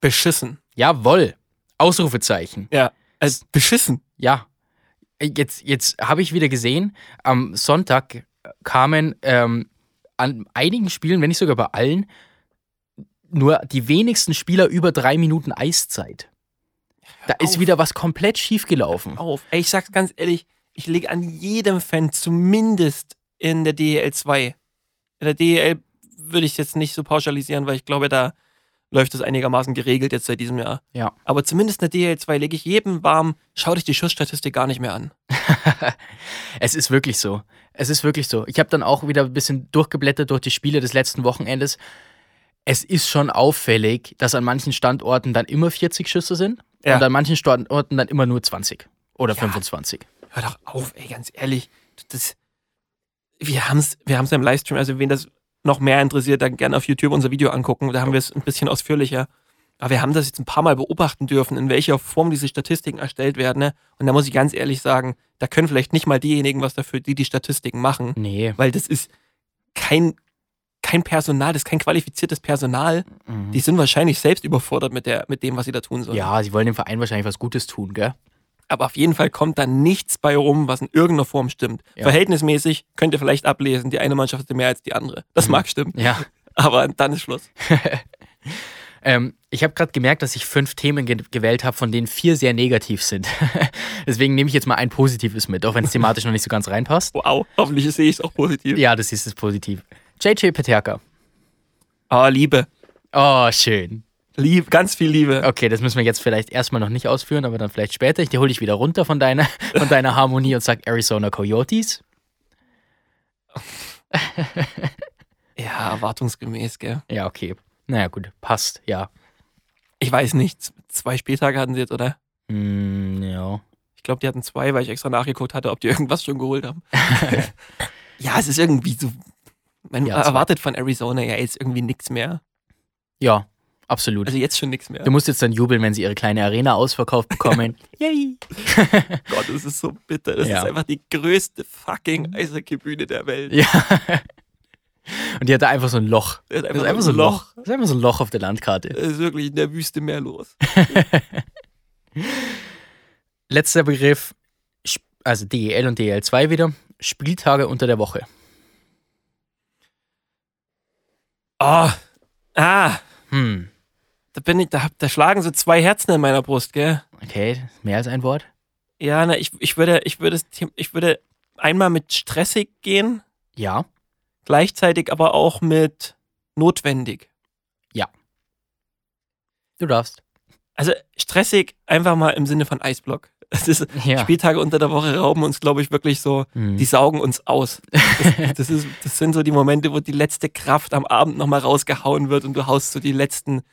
Speaker 1: Beschissen.
Speaker 2: Jawohl. Ausrufezeichen.
Speaker 1: Ja. Also beschissen.
Speaker 2: Ja, Äh, jetzt, jetzt habe ich wieder gesehen, am Sonntag kamen ähm, an einigen Spielen, wenn nicht sogar bei allen, nur die wenigsten Spieler über drei Minuten Eiszeit. Da
Speaker 1: auf.
Speaker 2: ist wieder was komplett schief gelaufen.
Speaker 1: Auf. Ey, ich sag's ganz ehrlich, ich lege an jedem Fan zumindest in der DL2. In der DL würde ich jetzt nicht so pauschalisieren, weil ich glaube, da läuft das einigermaßen geregelt jetzt seit diesem Jahr.
Speaker 2: Ja.
Speaker 1: Aber zumindest in der DL2 lege ich jedem warm, schau dich die Schussstatistik gar nicht mehr an.
Speaker 2: Es ist wirklich so. Es ist wirklich so. Ich habe dann auch wieder ein bisschen durchgeblättert durch die Spiele des letzten Wochenendes. Es ist schon auffällig, dass an manchen Standorten dann immer 40 Schüsse sind
Speaker 1: Ja.
Speaker 2: und an manchen Standorten dann immer nur 20 oder 25.
Speaker 1: Hör doch auf, ey, ganz ehrlich. Das, wir haben es wir haben's im Livestream, also wen das noch mehr interessiert, dann gerne auf YouTube unser Video angucken. Da haben wir es ein bisschen ausführlicher. Aber wir haben das jetzt ein paar Mal beobachten dürfen, in welcher Form diese Statistiken erstellt werden. Ne? Und da muss ich ganz ehrlich sagen, da können vielleicht nicht mal diejenigen was dafür, die die Statistiken machen.
Speaker 2: Nee.
Speaker 1: Weil das ist kein, kein Personal, das ist kein qualifiziertes Personal.
Speaker 2: Mhm.
Speaker 1: Die sind wahrscheinlich selbst überfordert mit, der, mit dem, was sie da tun sollen.
Speaker 2: Ja, sie wollen dem Verein wahrscheinlich was Gutes tun, gell?
Speaker 1: aber auf jeden Fall kommt da nichts bei rum, was in irgendeiner Form stimmt.
Speaker 2: Ja.
Speaker 1: Verhältnismäßig könnt ihr vielleicht ablesen, die eine Mannschaft hatte mehr als die andere. Das mag stimmen,
Speaker 2: Mhm. Ja.
Speaker 1: aber dann ist Schluss.
Speaker 2: Ähm, ich habe gerade gemerkt, dass ich fünf Themen ge gewählt habe, von denen vier sehr negativ sind. *laughs* Deswegen nehme ich jetzt mal ein positives mit, auch wenn es thematisch noch nicht so ganz reinpasst.
Speaker 1: Wow, hoffentlich sehe ich es auch positiv.
Speaker 2: Ja, das ist es positiv. JJ Peterka.
Speaker 1: Ah, Liebe.
Speaker 2: Oh, schön.
Speaker 1: Lieb, ganz viel Liebe.
Speaker 2: Okay, das müssen wir jetzt vielleicht erstmal noch nicht ausführen, aber dann vielleicht später. Ich hole dich wieder runter von deiner, *laughs* von deiner Harmonie und sag Arizona Coyotes.
Speaker 1: Ja, erwartungsgemäß, gell.
Speaker 2: Ja, okay. Naja, gut. Passt, ja.
Speaker 1: Ich weiß nicht, z- zwei Spieltage hatten sie jetzt, oder?
Speaker 2: Mm, ja.
Speaker 1: Ich glaube, die hatten zwei, weil ich extra nachgeguckt hatte, ob die *laughs* irgendwas schon geholt
Speaker 2: *laughs*
Speaker 1: haben. ja, es ist irgendwie so. Man
Speaker 2: Ja, zwei.
Speaker 1: erwartet von Arizona ja jetzt irgendwie nichts mehr.
Speaker 2: Ja, absolut.
Speaker 1: Also jetzt schon nichts mehr.
Speaker 2: du musst jetzt dann jubeln, wenn sie ihre kleine Arena
Speaker 1: *laughs*
Speaker 2: ausverkauft bekommen. *laughs* Yay!
Speaker 1: Gott, das ist so bitter. Das
Speaker 2: Ja.
Speaker 1: ist einfach die größte fucking Eishockeybühne der Welt.
Speaker 2: Ja. Und die hat da einfach so ein Loch.
Speaker 1: Da ist
Speaker 2: Das ist einfach so ein Loch. Das ist einfach so ein Loch auf der Landkarte.
Speaker 1: Da ist wirklich in der Wüste mehr los.
Speaker 2: Letzter Begriff, Sp- also DEL und DEL2 wieder. Spieltage unter der Woche.
Speaker 1: Oh, ah,
Speaker 2: Hm,
Speaker 1: da bin ich, da, hab- da schlagen so zwei Herzen in meiner Brust, gell?
Speaker 2: okay, mehr als ein Wort.
Speaker 1: Ja, na, ich, ich würde, ich würde, das Thema- ich würde einmal mit stressig gehen,
Speaker 2: Ja,
Speaker 1: gleichzeitig aber auch mit notwendig.
Speaker 2: du darfst.
Speaker 1: Also stressig einfach mal im Sinne von Eisblock. *laughs* Es ist,
Speaker 2: Ja.
Speaker 1: Spieltage unter der Woche rauben uns, glaube ich, wirklich so,
Speaker 2: Hm.
Speaker 1: die saugen uns aus. Das, das, ist, das sind so die Momente, wo die letzte Kraft am Abend nochmal rausgehauen wird und du haust so die letzten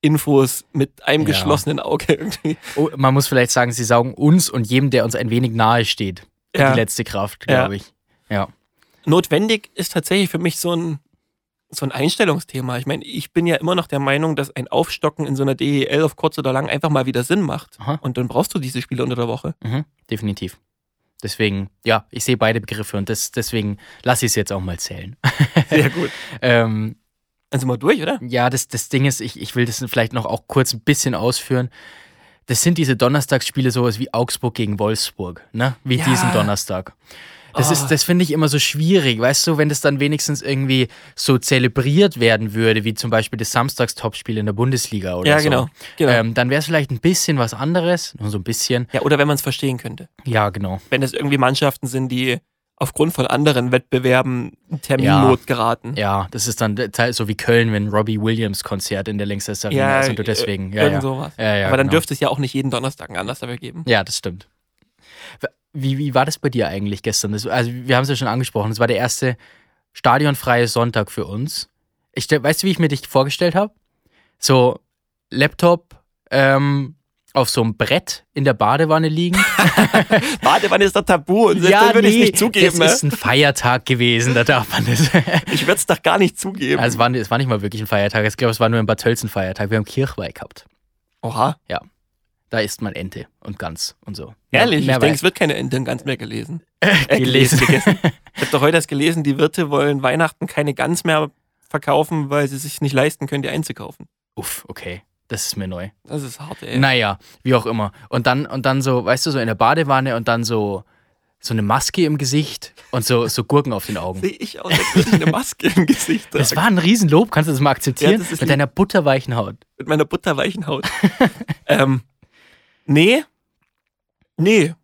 Speaker 1: Infos mit einem
Speaker 2: Ja.
Speaker 1: geschlossenen Auge irgendwie.
Speaker 2: Oh, man muss vielleicht sagen, sie saugen uns und jedem, der uns ein wenig nahe steht.
Speaker 1: Ja.
Speaker 2: Die letzte Kraft,
Speaker 1: Ja.
Speaker 2: glaube ich. Ja.
Speaker 1: Notwendig ist tatsächlich für mich so ein, so ein Einstellungsthema. Ich meine, ich bin ja immer noch der Meinung, dass ein Aufstocken in so einer DEL auf kurz oder lang einfach mal wieder Sinn macht.
Speaker 2: Aha.
Speaker 1: Und dann brauchst du diese Spiele unter der Woche.
Speaker 2: Mhm, definitiv. Deswegen, ja, ich sehe beide Begriffe und das, deswegen lasse ich es jetzt auch mal zählen.
Speaker 1: Sehr gut.
Speaker 2: *laughs* ähm,
Speaker 1: Dann sind wir durch, oder?
Speaker 2: Ja, das, das Ding ist, ich, ich will das vielleicht noch auch kurz ein bisschen ausführen. Das sind diese Donnerstagsspiele, sowas wie Augsburg gegen Wolfsburg, ne? Wie
Speaker 1: Ja.
Speaker 2: diesen Donnerstag. Das,
Speaker 1: Ah.
Speaker 2: ist, das finde ich immer so schwierig, weißt du, wenn das dann wenigstens irgendwie so zelebriert werden würde, wie zum Beispiel das Samstagstopspiel in der Bundesliga oder
Speaker 1: ja,
Speaker 2: so.
Speaker 1: genau. genau.
Speaker 2: Ähm, dann wäre es vielleicht ein bisschen was anderes, nur so ein bisschen.
Speaker 1: Ja, oder wenn man es verstehen könnte.
Speaker 2: Ja, genau.
Speaker 1: Wenn es irgendwie Mannschaften sind, die aufgrund von anderen Wettbewerben in Terminnot geraten.
Speaker 2: Ja, das ist dann teil- so wie Köln, wenn Robbie Williams Konzert in der Längstes Arena ist und du deswegen.
Speaker 1: äh,
Speaker 2: Ja,
Speaker 1: irgend
Speaker 2: ja.
Speaker 1: sowas.
Speaker 2: Ja, ja,
Speaker 1: Aber dann
Speaker 2: genau.
Speaker 1: dürfte es ja auch nicht jeden Donnerstag einen Anlass dafür geben.
Speaker 2: Ja, das stimmt. Wie, wie war das bei dir eigentlich gestern? Das, also, wir haben es ja schon angesprochen. Es war der erste stadionfreie Sonntag für uns. Ich, stell- weißt du, wie ich mir dich vorgestellt habe? So, Laptop ähm, auf so einem Brett in der Badewanne liegen.
Speaker 1: Warte, wann ist das Tabu? Und *laughs* selbst dann würde ich es nicht zugeben.
Speaker 2: Das
Speaker 1: ne?
Speaker 2: ist ein Feiertag gewesen, da darf man das. *laughs*
Speaker 1: Ich würde es doch gar nicht zugeben.
Speaker 2: Also, es war, es war nicht mal wirklich ein Feiertag. Ich glaube, es war nur ein Bad Tölzen Feiertag. Wir haben Kirchweih gehabt.
Speaker 1: Oha.
Speaker 2: Da isst man Ente und Gans und so.
Speaker 1: Ehrlich,
Speaker 2: Mehr
Speaker 1: ich denke, es wird keine Ente und ganz mehr gelesen.
Speaker 2: weiß- *laughs* gelesen.
Speaker 1: gegessen.
Speaker 2: *laughs*
Speaker 1: Ich habe doch heute das gelesen, die Wirte wollen Weihnachten keine Gans mehr verkaufen, weil sie sich nicht leisten können, die einzukaufen.
Speaker 2: Uff, okay. Das ist mir neu.
Speaker 1: Das ist hart, ey.
Speaker 2: Naja, wie auch immer. Und dann, und dann so, weißt du, so in der Badewanne und dann so, so eine Maske im Gesicht und so, so Gurken auf den Augen.
Speaker 1: Sehe ich aus, als würde ich eine Maske im Gesicht tragen.
Speaker 2: Das war ein Riesenlob, kannst du das mal akzeptieren?
Speaker 1: Ja, das ist
Speaker 2: Mit
Speaker 1: lieb.
Speaker 2: deiner butterweichen Haut.
Speaker 1: mit meiner butterweichen Haut. ähm, nee, nee.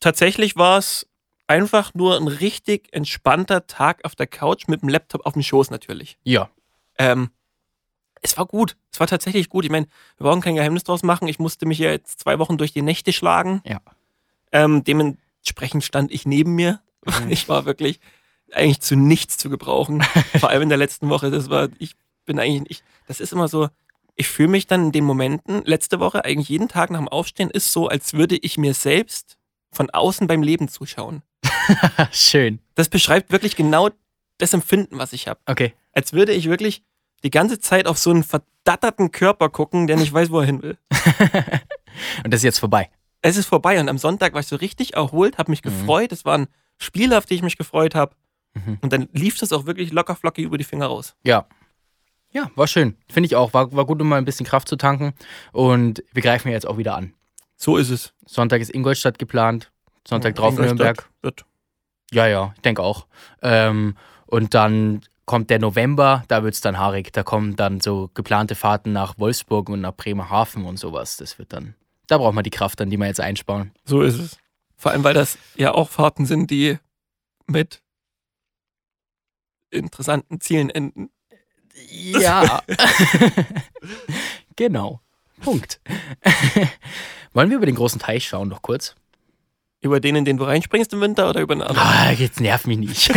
Speaker 1: Tatsächlich war es einfach nur ein richtig entspannter Tag auf der Couch mit dem Laptop auf dem Schoß natürlich.
Speaker 2: Ja.
Speaker 1: Ähm, es war gut. Es war tatsächlich gut. Ich meine, wir brauchen kein Geheimnis draus machen. Ich musste mich ja jetzt zwei Wochen durch die Nächte schlagen.
Speaker 2: Ja.
Speaker 1: Ähm, dementsprechend stand ich neben mir. *laughs* Ich war wirklich eigentlich zu nichts zu gebrauchen. Vor allem in der letzten Woche. Das war, ich bin eigentlich, ich, das ist immer so, ich fühle mich dann in den Momenten, letzte Woche, eigentlich jeden Tag nach dem Aufstehen, ist so, als würde ich mir selbst von außen beim Leben zuschauen.
Speaker 2: Schön.
Speaker 1: Das beschreibt wirklich genau das Empfinden, was ich habe.
Speaker 2: Okay.
Speaker 1: Als würde ich wirklich die ganze Zeit auf so einen verdatterten Körper gucken, der nicht weiß, wo er hin will.
Speaker 2: Und das ist jetzt vorbei.
Speaker 1: es ist vorbei und am Sonntag war ich so richtig erholt, habe mich
Speaker 2: Mhm.
Speaker 1: gefreut. Es waren Spiele, auf die ich mich gefreut habe.
Speaker 2: Mhm.
Speaker 1: Und dann lief das auch wirklich locker flockig über die Finger raus.
Speaker 2: Ja. Ja, war schön. Finde ich auch. War, war gut, um mal ein bisschen Kraft zu tanken. Und wir greifen ja jetzt auch wieder an.
Speaker 1: So ist es.
Speaker 2: Sonntag ist Ingolstadt geplant. Sonntag drauf
Speaker 1: Ingolstadt
Speaker 2: Nürnberg.
Speaker 1: Wird.
Speaker 2: Ja, ja, ich denke auch. Ähm, und dann kommt der November, da wird es dann haarig. Da kommen dann so geplante Fahrten nach Wolfsburg und nach Bremerhaven und sowas. Das wird dann. Da braucht man die Kraft dann, die wir jetzt einsparen.
Speaker 1: So ist es. Vor allem, weil das ja auch Fahrten sind, die mit interessanten Zielen enden.
Speaker 2: Ja. *laughs* genau. Punkt. *laughs* Wollen wir über den großen Teich schauen, noch kurz?
Speaker 1: Über den, in den du reinspringst im Winter oder über einen anderen?
Speaker 2: Ah, jetzt nerv
Speaker 1: *laughs*
Speaker 2: mich nicht.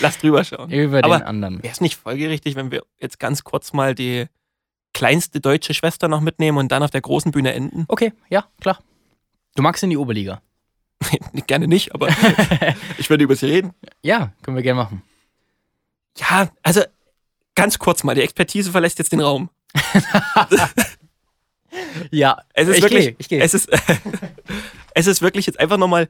Speaker 1: Lass drüber schauen.
Speaker 2: über
Speaker 1: Aber-
Speaker 2: den anderen.
Speaker 1: Wäre es nicht folgerichtig, wenn wir jetzt ganz kurz mal die kleinste deutsche Schwester noch mitnehmen und dann auf der großen Bühne enden?
Speaker 2: Okay, ja, klar. Du magst in die Oberliga.
Speaker 1: Gerne nicht, *laughs* aber ich würde über sie reden.
Speaker 2: Ja, können wir gerne machen.
Speaker 1: Ja, also ganz kurz mal, die Expertise verlässt jetzt den Raum.
Speaker 2: Ja,
Speaker 1: Es ist
Speaker 2: ich
Speaker 1: wirklich,
Speaker 2: Geh, ich gehe.
Speaker 1: Es ist, *laughs* es ist wirklich jetzt einfach nochmal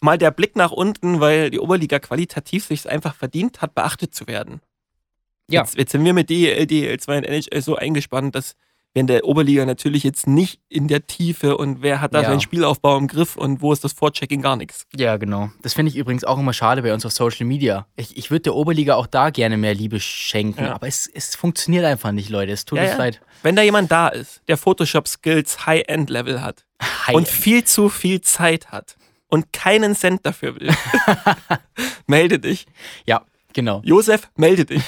Speaker 1: mal der Blick nach unten, weil die Oberliga qualitativ sich einfach verdient hat, beachtet zu werden.
Speaker 2: Ja.
Speaker 1: Jetzt, jetzt sind wir mit DEL, DEL 2 und NHL so eingespannt, dass wir in der Oberliga natürlich jetzt nicht in der Tiefe und wer hat da
Speaker 2: Ja.
Speaker 1: seinen Spielaufbau im Griff und wo ist das Vorchecking gar nichts.
Speaker 2: Ja, genau. Das finde ich übrigens auch immer schade bei uns auf Social Media. Ich, ich würde der Oberliga auch da gerne mehr Liebe schenken,
Speaker 1: Ja.
Speaker 2: aber es, es funktioniert einfach nicht, Leute. Es tut
Speaker 1: Ja,
Speaker 2: uns
Speaker 1: ja.
Speaker 2: leid.
Speaker 1: Wenn da jemand da ist, der Photoshop-Skills High-End-Level hat
Speaker 2: Hi.
Speaker 1: und viel zu viel Zeit hat und keinen Cent dafür
Speaker 2: *laughs*
Speaker 1: will, *laughs* melde dich.
Speaker 2: ja, genau.
Speaker 1: Josef, melde dich.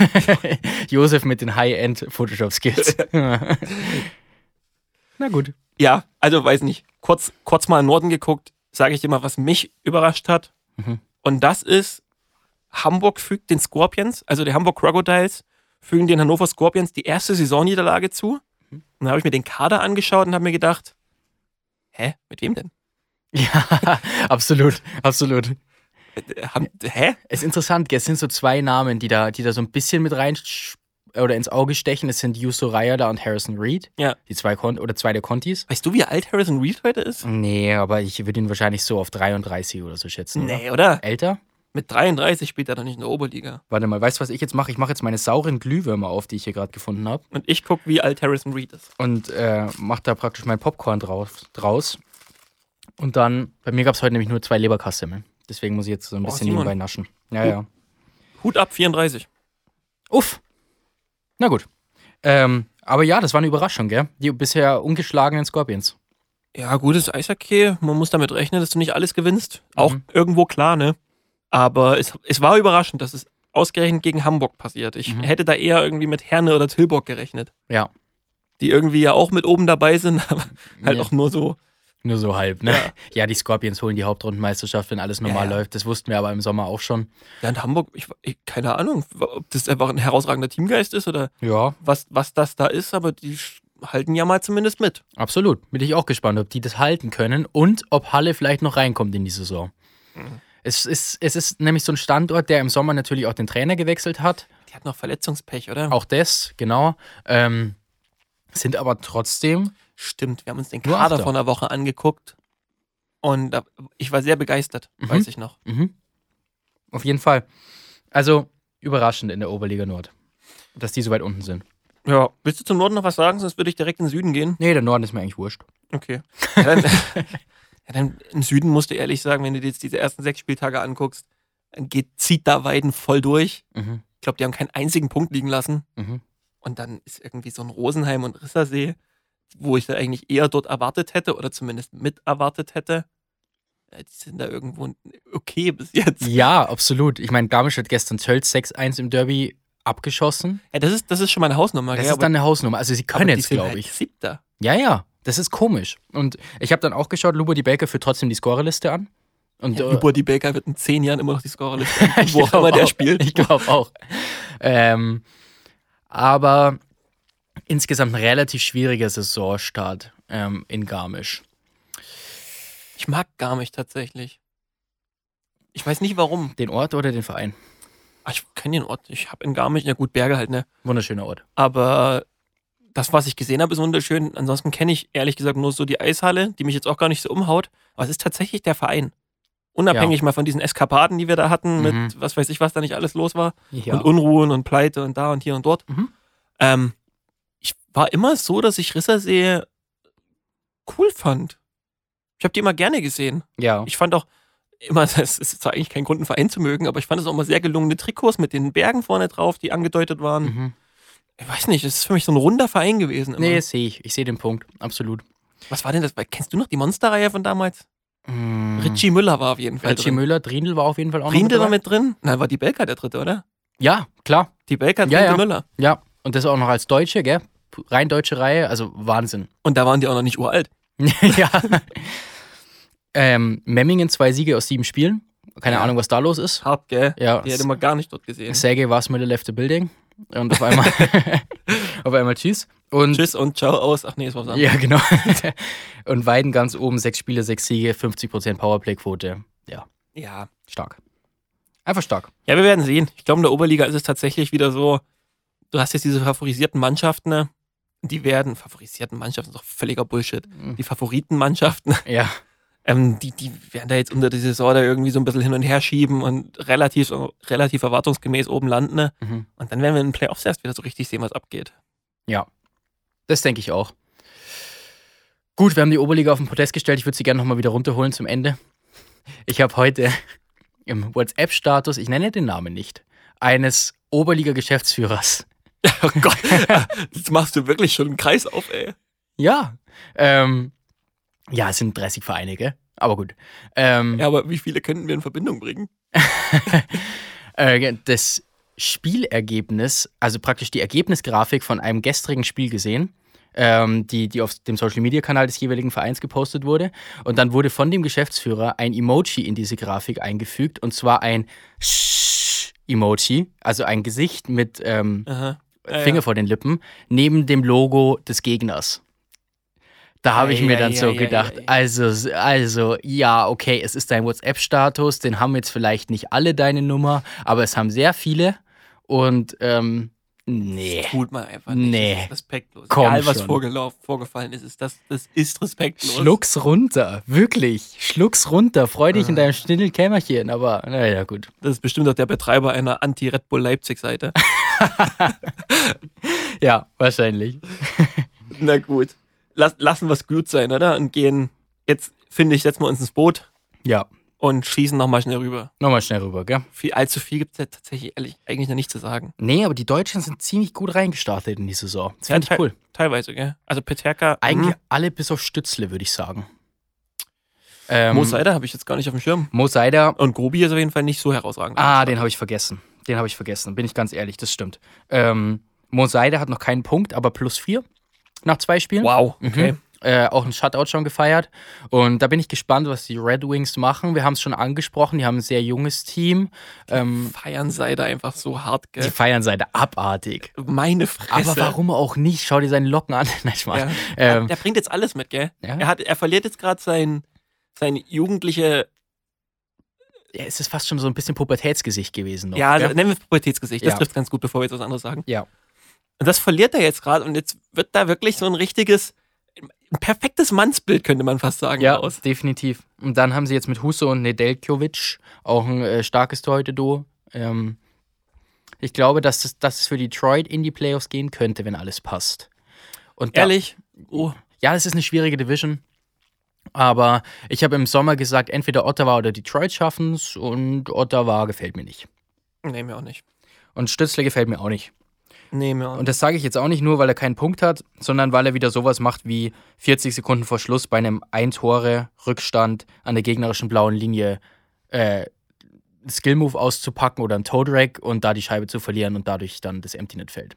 Speaker 2: Josef mit den High-End
Speaker 1: *laughs*
Speaker 2: Photoshop-Skills. Na gut.
Speaker 1: Ja, also weiß nicht. Kurz, kurz mal in den Norden geguckt, sage ich dir mal, was mich überrascht hat.
Speaker 2: Mhm.
Speaker 1: Und das ist, Hamburg fügt den Scorpions, also die Hamburg Crocodiles, fügen den Hannover Scorpions die erste Saisonniederlage zu. Und dann habe ich mir den Kader angeschaut und habe mir gedacht, hä, mit wem denn?
Speaker 2: Ja, absolut, absolut.
Speaker 1: Äh, Haben, hä?
Speaker 2: Es ist interessant, gell, es sind so zwei Namen, die da, die da so ein bisschen mit rein sch- oder ins Auge stechen. Es sind Yuso Rayada und Harrison Reed.
Speaker 1: Ja.
Speaker 2: Die zwei Kon oder zwei der Contis.
Speaker 1: Weißt du, wie alt Harrison Reed heute ist?
Speaker 2: Nee, aber ich würde ihn wahrscheinlich so auf 33 oder so schätzen. Oder?
Speaker 1: Nee, oder?
Speaker 2: Älter?
Speaker 1: Mit 33 spielt er doch nicht in der Oberliga.
Speaker 2: Warte mal, weißt du, was ich jetzt mache? Ich mache jetzt meine sauren Glühwürmer auf, die ich hier gerade gefunden habe.
Speaker 1: Und ich gucke, wie alt Harrison Reed ist.
Speaker 2: Und äh, mache da praktisch mein Popcorn drauf, draus. Und dann, bei mir gab es heute nämlich nur zwei Leberkassemmeln. Deswegen muss ich jetzt so ein
Speaker 1: Boah,
Speaker 2: bisschen
Speaker 1: Simon.
Speaker 2: nebenbei naschen. Ja,
Speaker 1: Hu-
Speaker 2: ja.
Speaker 1: Hut ab, 34.
Speaker 2: Uff. Na gut. Ähm, aber ja, das war eine Überraschung, gell? Die bisher ungeschlagenen Scorpions.
Speaker 1: Ja, gutes Eishockey. Man muss damit rechnen, dass du nicht alles gewinnst. Auch
Speaker 2: Mhm.
Speaker 1: irgendwo klar, ne? Aber es, es war überraschend, dass es ausgerechnet gegen Hamburg passiert. Ich
Speaker 2: Mhm.
Speaker 1: hätte da eher irgendwie mit Herne oder Tilburg gerechnet.
Speaker 2: Ja.
Speaker 1: Die irgendwie ja auch mit oben dabei sind, *laughs* aber halt
Speaker 2: Ja.
Speaker 1: auch nur so.
Speaker 2: Nur so halb, ne? Ja. die Scorpions holen die Hauptrundenmeisterschaft, wenn alles normal
Speaker 1: Ja, ja.
Speaker 2: läuft. Das wussten wir aber im Sommer auch schon.
Speaker 1: Ja, in Hamburg, ich, ich, keine Ahnung, ob das einfach ein herausragender Teamgeist ist oder
Speaker 2: Ja,
Speaker 1: was, was das da ist, aber die sch- halten ja mal zumindest mit.
Speaker 2: Absolut. Bin ich auch gespannt, ob die das halten können und ob Halle vielleicht noch reinkommt in die Saison. Mhm. Es ist, es ist nämlich so ein Standort, der im Sommer natürlich auch den Trainer gewechselt hat.
Speaker 1: Die hat noch Verletzungspech, oder?
Speaker 2: Auch das, genau. Ähm, sind aber trotzdem,
Speaker 1: Stimmt, wir haben uns den
Speaker 2: Nur
Speaker 1: Kader
Speaker 2: Achter.
Speaker 1: vor einer Woche angeguckt und da, ich war sehr begeistert,
Speaker 2: Mhm.
Speaker 1: weiß ich noch.
Speaker 2: mhm, auf jeden Fall. Also überraschend in der Oberliga Nord, dass die so weit unten sind.
Speaker 1: Ja, willst du zum Norden noch was sagen, sonst würde ich direkt in den Süden gehen?
Speaker 2: Nee, der Norden ist mir eigentlich wurscht.
Speaker 1: Okay. Ja, dann,
Speaker 2: *laughs*
Speaker 1: ja, dann im Süden musst du ehrlich sagen, wenn du dir jetzt diese ersten sechs Spieltage anguckst, dann geht, zieht da Weiden voll durch.
Speaker 2: Mhm,
Speaker 1: Ich glaube, die haben keinen einzigen Punkt liegen lassen.
Speaker 2: mhm.
Speaker 1: Und dann ist irgendwie so ein Rosenheim und Rissersee, wo ich da eigentlich eher dort erwartet hätte oder zumindest mit erwartet hätte. Ja, Die sind da irgendwo okay bis jetzt.
Speaker 2: Ja, absolut. Ich meine, Garmisch hat gestern Zölt 6-1 im Derby abgeschossen.
Speaker 1: Ja, das, ist, das ist schon mal eine Hausnummer.
Speaker 2: Das
Speaker 1: gell?
Speaker 2: ist dann eine Hausnummer. Also sie
Speaker 1: aber
Speaker 2: können
Speaker 1: die
Speaker 2: jetzt,
Speaker 1: sind
Speaker 2: glaube
Speaker 1: halt
Speaker 2: ich.
Speaker 1: Siebter.
Speaker 2: Ja, ja, das ist komisch. Und ich habe dann auch geschaut, Lubo die Baker führt trotzdem die Scorerliste an. Und
Speaker 1: Ja,
Speaker 2: äh,
Speaker 1: Über die Baker wird in zehn Jahren immer noch die Scorerliste.
Speaker 2: *laughs* ich
Speaker 1: wo auch
Speaker 2: glaub
Speaker 1: immer der spielt.
Speaker 2: Ich glaube auch. ähm, aber insgesamt ein relativ schwieriger Saisonstart ähm, in Garmisch.
Speaker 1: Ich mag Garmisch tatsächlich. Ich weiß nicht warum.
Speaker 2: Den Ort oder den Verein?
Speaker 1: Ah, ich kenne den Ort. Ich habe in Garmisch, ja gut, Berge halt, ne?
Speaker 2: Wunderschöner Ort.
Speaker 1: Aber das, was ich gesehen habe, ist wunderschön. Ansonsten kenne ich ehrlich gesagt nur so die Eishalle, die mich jetzt auch gar nicht so umhaut. Aber es ist tatsächlich der Verein. Unabhängig mal von diesen Eskapaden, die wir da hatten,
Speaker 2: Mhm.
Speaker 1: mit was weiß ich, was da nicht alles los war.
Speaker 2: Ja.
Speaker 1: Und Unruhen und Pleite und da und hier und dort.
Speaker 2: Mhm.
Speaker 1: Ähm, ich war immer so, dass ich Rissersee cool fand. Ich habe die immer gerne gesehen.
Speaker 2: Ja.
Speaker 1: Ich fand auch immer, *laughs* das ist zwar eigentlich kein Grund, einen Verein zu mögen, aber ich fand es auch immer sehr gelungene Trikots mit den Bergen vorne drauf, die angedeutet waren.
Speaker 2: Mhm.
Speaker 1: Ich weiß nicht, es ist für mich so ein runder Verein gewesen. Immer.
Speaker 2: Nee, das sehe ich. Ich sehe den Punkt. Absolut.
Speaker 1: Was war denn das? bei- Kennst du noch die Monsterreihe von damals?
Speaker 2: Mhm.
Speaker 1: Richie Müller war auf jeden Fall.
Speaker 2: Richie
Speaker 1: drin.
Speaker 2: Müller, Drindl war auf jeden Fall auch
Speaker 1: Brindel
Speaker 2: noch
Speaker 1: war
Speaker 2: mit dabei.
Speaker 1: mit drin? Nein, war die Belka der dritte, oder?
Speaker 2: Ja, klar.
Speaker 1: Die Belka,
Speaker 2: Ja,
Speaker 1: Brindel
Speaker 2: ja.
Speaker 1: Müller.
Speaker 2: Ja, und das auch noch als Deutsche, gell? Rein deutsche Reihe, also Wahnsinn.
Speaker 1: Und da waren die auch noch nicht uralt.
Speaker 2: *laughs* ja. ähm, Memmingen zwei Siege aus sieben Spielen. Keine Ahnung, was da los ist.
Speaker 1: Hart, gell?
Speaker 2: Ja,
Speaker 1: Die hätte man gar nicht dort gesehen.
Speaker 2: Säge war es mit der Left the Building. Und
Speaker 1: *laughs*
Speaker 2: auf einmal, auf einmal Tschüss. Und
Speaker 1: Tschüss und ciao aus. Ach nee, es war was anderes.
Speaker 2: Ja, genau. *laughs* und Weiden ganz oben, sechs Spiele, sechs Siege, 50% Powerplay-Quote. Ja,
Speaker 1: Ja.
Speaker 2: stark. Einfach stark.
Speaker 1: Ja, wir werden sehen. Ich glaube, in der Oberliga ist es tatsächlich wieder so, du hast jetzt diese favorisierten Mannschaften, ne? die werden, favorisierten Mannschaften ist doch völliger Bullshit.
Speaker 2: Mhm.
Speaker 1: Die Favoritenmannschaften, ne?
Speaker 2: Ja,
Speaker 1: ähm, die, die werden da jetzt unter der Saison da irgendwie so ein bisschen hin und her schieben und relativ, relativ erwartungsgemäß oben landen. Ne?
Speaker 2: Mhm.
Speaker 1: Und dann werden wir in den Playoffs erst wieder so richtig sehen, was abgeht. *laughs*
Speaker 2: ja. Das denke ich auch. Gut, wir haben die Oberliga auf den Podest gestellt. Ich würde sie gerne nochmal wieder runterholen zum Ende. Ich habe heute *laughs* im WhatsApp-Status, ich nenne den Namen nicht, eines Oberliga-Geschäftsführers.
Speaker 1: Oh Gott, jetzt machst du wirklich schon einen Kreis auf, ey.
Speaker 2: Ja. Ähm, ja, es sind 30 Vereine, gell? Aber gut. Ähm,
Speaker 1: Ja, aber wie viele könnten wir in Verbindung bringen?
Speaker 2: äh, das Spielergebnis, also praktisch die Ergebnisgrafik von einem gestrigen Spiel gesehen, ähm, die, die auf dem Social Media Kanal des jeweiligen Vereins gepostet wurde. Und dann wurde von dem Geschäftsführer ein Emoji in diese Grafik eingefügt und zwar ein Emoji, also ein Gesicht mit ähm,
Speaker 1: Aha. Ja,
Speaker 2: Finger
Speaker 1: ja.
Speaker 2: vor den Lippen, neben dem Logo des Gegners. Da habe ich mir dann so
Speaker 1: Eieieiei.
Speaker 2: gedacht, also, also, ja, okay, es ist dein WhatsApp-Status, den haben jetzt vielleicht nicht alle deine Nummer, aber es haben sehr viele. Und ähm, nee.
Speaker 1: Tut man einfach nicht.
Speaker 2: Nee.
Speaker 1: Das ist respektlos.
Speaker 2: Komm
Speaker 1: Egal, was
Speaker 2: schon.
Speaker 1: vorgelaufen, vorgefallen ist, ist das, das ist respektlos.
Speaker 2: Schluck's runter, wirklich. Schluck's runter. Freu dich
Speaker 1: Ah.
Speaker 2: in deinem stillen Kämmerchen, aber naja, gut.
Speaker 1: Das ist bestimmt auch der Betreiber einer Anti-Red Bull
Speaker 2: *laughs*
Speaker 1: Leipzig-Seite.
Speaker 2: Ja, wahrscheinlich.
Speaker 1: Na gut. Lass, lassen wir es gut sein, oder? Und gehen. Jetzt, finde ich, setzen wir uns ins Boot
Speaker 2: Ja,
Speaker 1: und schießen nochmal schnell rüber.
Speaker 2: nochmal schnell rüber, gell?
Speaker 1: Viel, allzu viel gibt es ja tatsächlich ehrlich, eigentlich noch nicht zu sagen.
Speaker 2: Nee, aber die Deutschen sind ziemlich gut reingestartet in die Saison. Das fand
Speaker 1: Ja,
Speaker 2: ich cool.
Speaker 1: Teilweise, gell? Also Peterka,
Speaker 2: Eigentlich
Speaker 1: mh,
Speaker 2: alle bis auf Stützle, würde ich sagen. Ähm,
Speaker 1: Mo Seider habe ich jetzt gar nicht auf dem Schirm.
Speaker 2: Mo Seider.
Speaker 1: Und Grobi ist auf jeden Fall nicht so herausragend.
Speaker 2: Ah, den habe ich vergessen. Den habe ich vergessen, bin ich ganz ehrlich, das stimmt. Ähm, Mo Seider hat noch keinen Punkt, aber plus vier nach zwei Spielen.
Speaker 1: Wow, okay.
Speaker 2: Mhm. Äh, auch ein Shutout schon gefeiert. Und da bin ich gespannt, was die Red Wings machen. Wir haben es schon angesprochen, die haben ein sehr junges Team. Ähm,
Speaker 1: Feiern Seider einfach so hart,
Speaker 2: die
Speaker 1: gell?
Speaker 2: feiern Seider abartig.
Speaker 1: Meine Fresse.
Speaker 2: Aber warum auch nicht? Schau dir seine Locken an. *laughs* Nein, Spaß.
Speaker 1: Ja.
Speaker 2: Ähm,
Speaker 1: der bringt jetzt alles mit, gell?
Speaker 2: Ja.
Speaker 1: Er, hat, er verliert jetzt gerade sein, sein jugendliche,
Speaker 2: ja, es ist fast schon so ein bisschen Pubertätsgesicht gewesen. Noch,
Speaker 1: ja,
Speaker 2: gell?
Speaker 1: nennen wir es Pubertätsgesicht. Das
Speaker 2: Ja.
Speaker 1: trifft ganz gut, bevor wir jetzt was anderes sagen.
Speaker 2: Ja.
Speaker 1: Und das verliert er jetzt gerade und jetzt wird da wirklich so ein richtiges, ein perfektes Mannsbild, könnte man fast sagen,
Speaker 2: Ja,
Speaker 1: raus.
Speaker 2: definitiv. Und dann haben sie jetzt mit Husso und Nedeljkovic auch ein äh, starkes Torhüter-Duo. Ähm, ich glaube, dass es, dass es für Detroit in die Playoffs gehen könnte, wenn alles passt. Und da,
Speaker 1: Ehrlich? Oh,
Speaker 2: Ja, es ist eine schwierige Division. Aber ich habe im Sommer gesagt, entweder Ottawa oder Detroit schaffen es und Ottawa gefällt mir nicht.
Speaker 1: nee, mir auch nicht.
Speaker 2: Und Stützle gefällt mir auch nicht.
Speaker 1: Nee, mir auch
Speaker 2: Und
Speaker 1: nicht.
Speaker 2: das sage ich jetzt auch nicht nur, weil er keinen Punkt hat, sondern weil er wieder sowas macht wie 40 Sekunden vor Schluss bei einem Ein-Tore-Rückstand an der gegnerischen blauen Linie äh, Skill-Move auszupacken oder einen Toe-Drag und da die Scheibe zu verlieren und dadurch dann das Empty-Net fällt.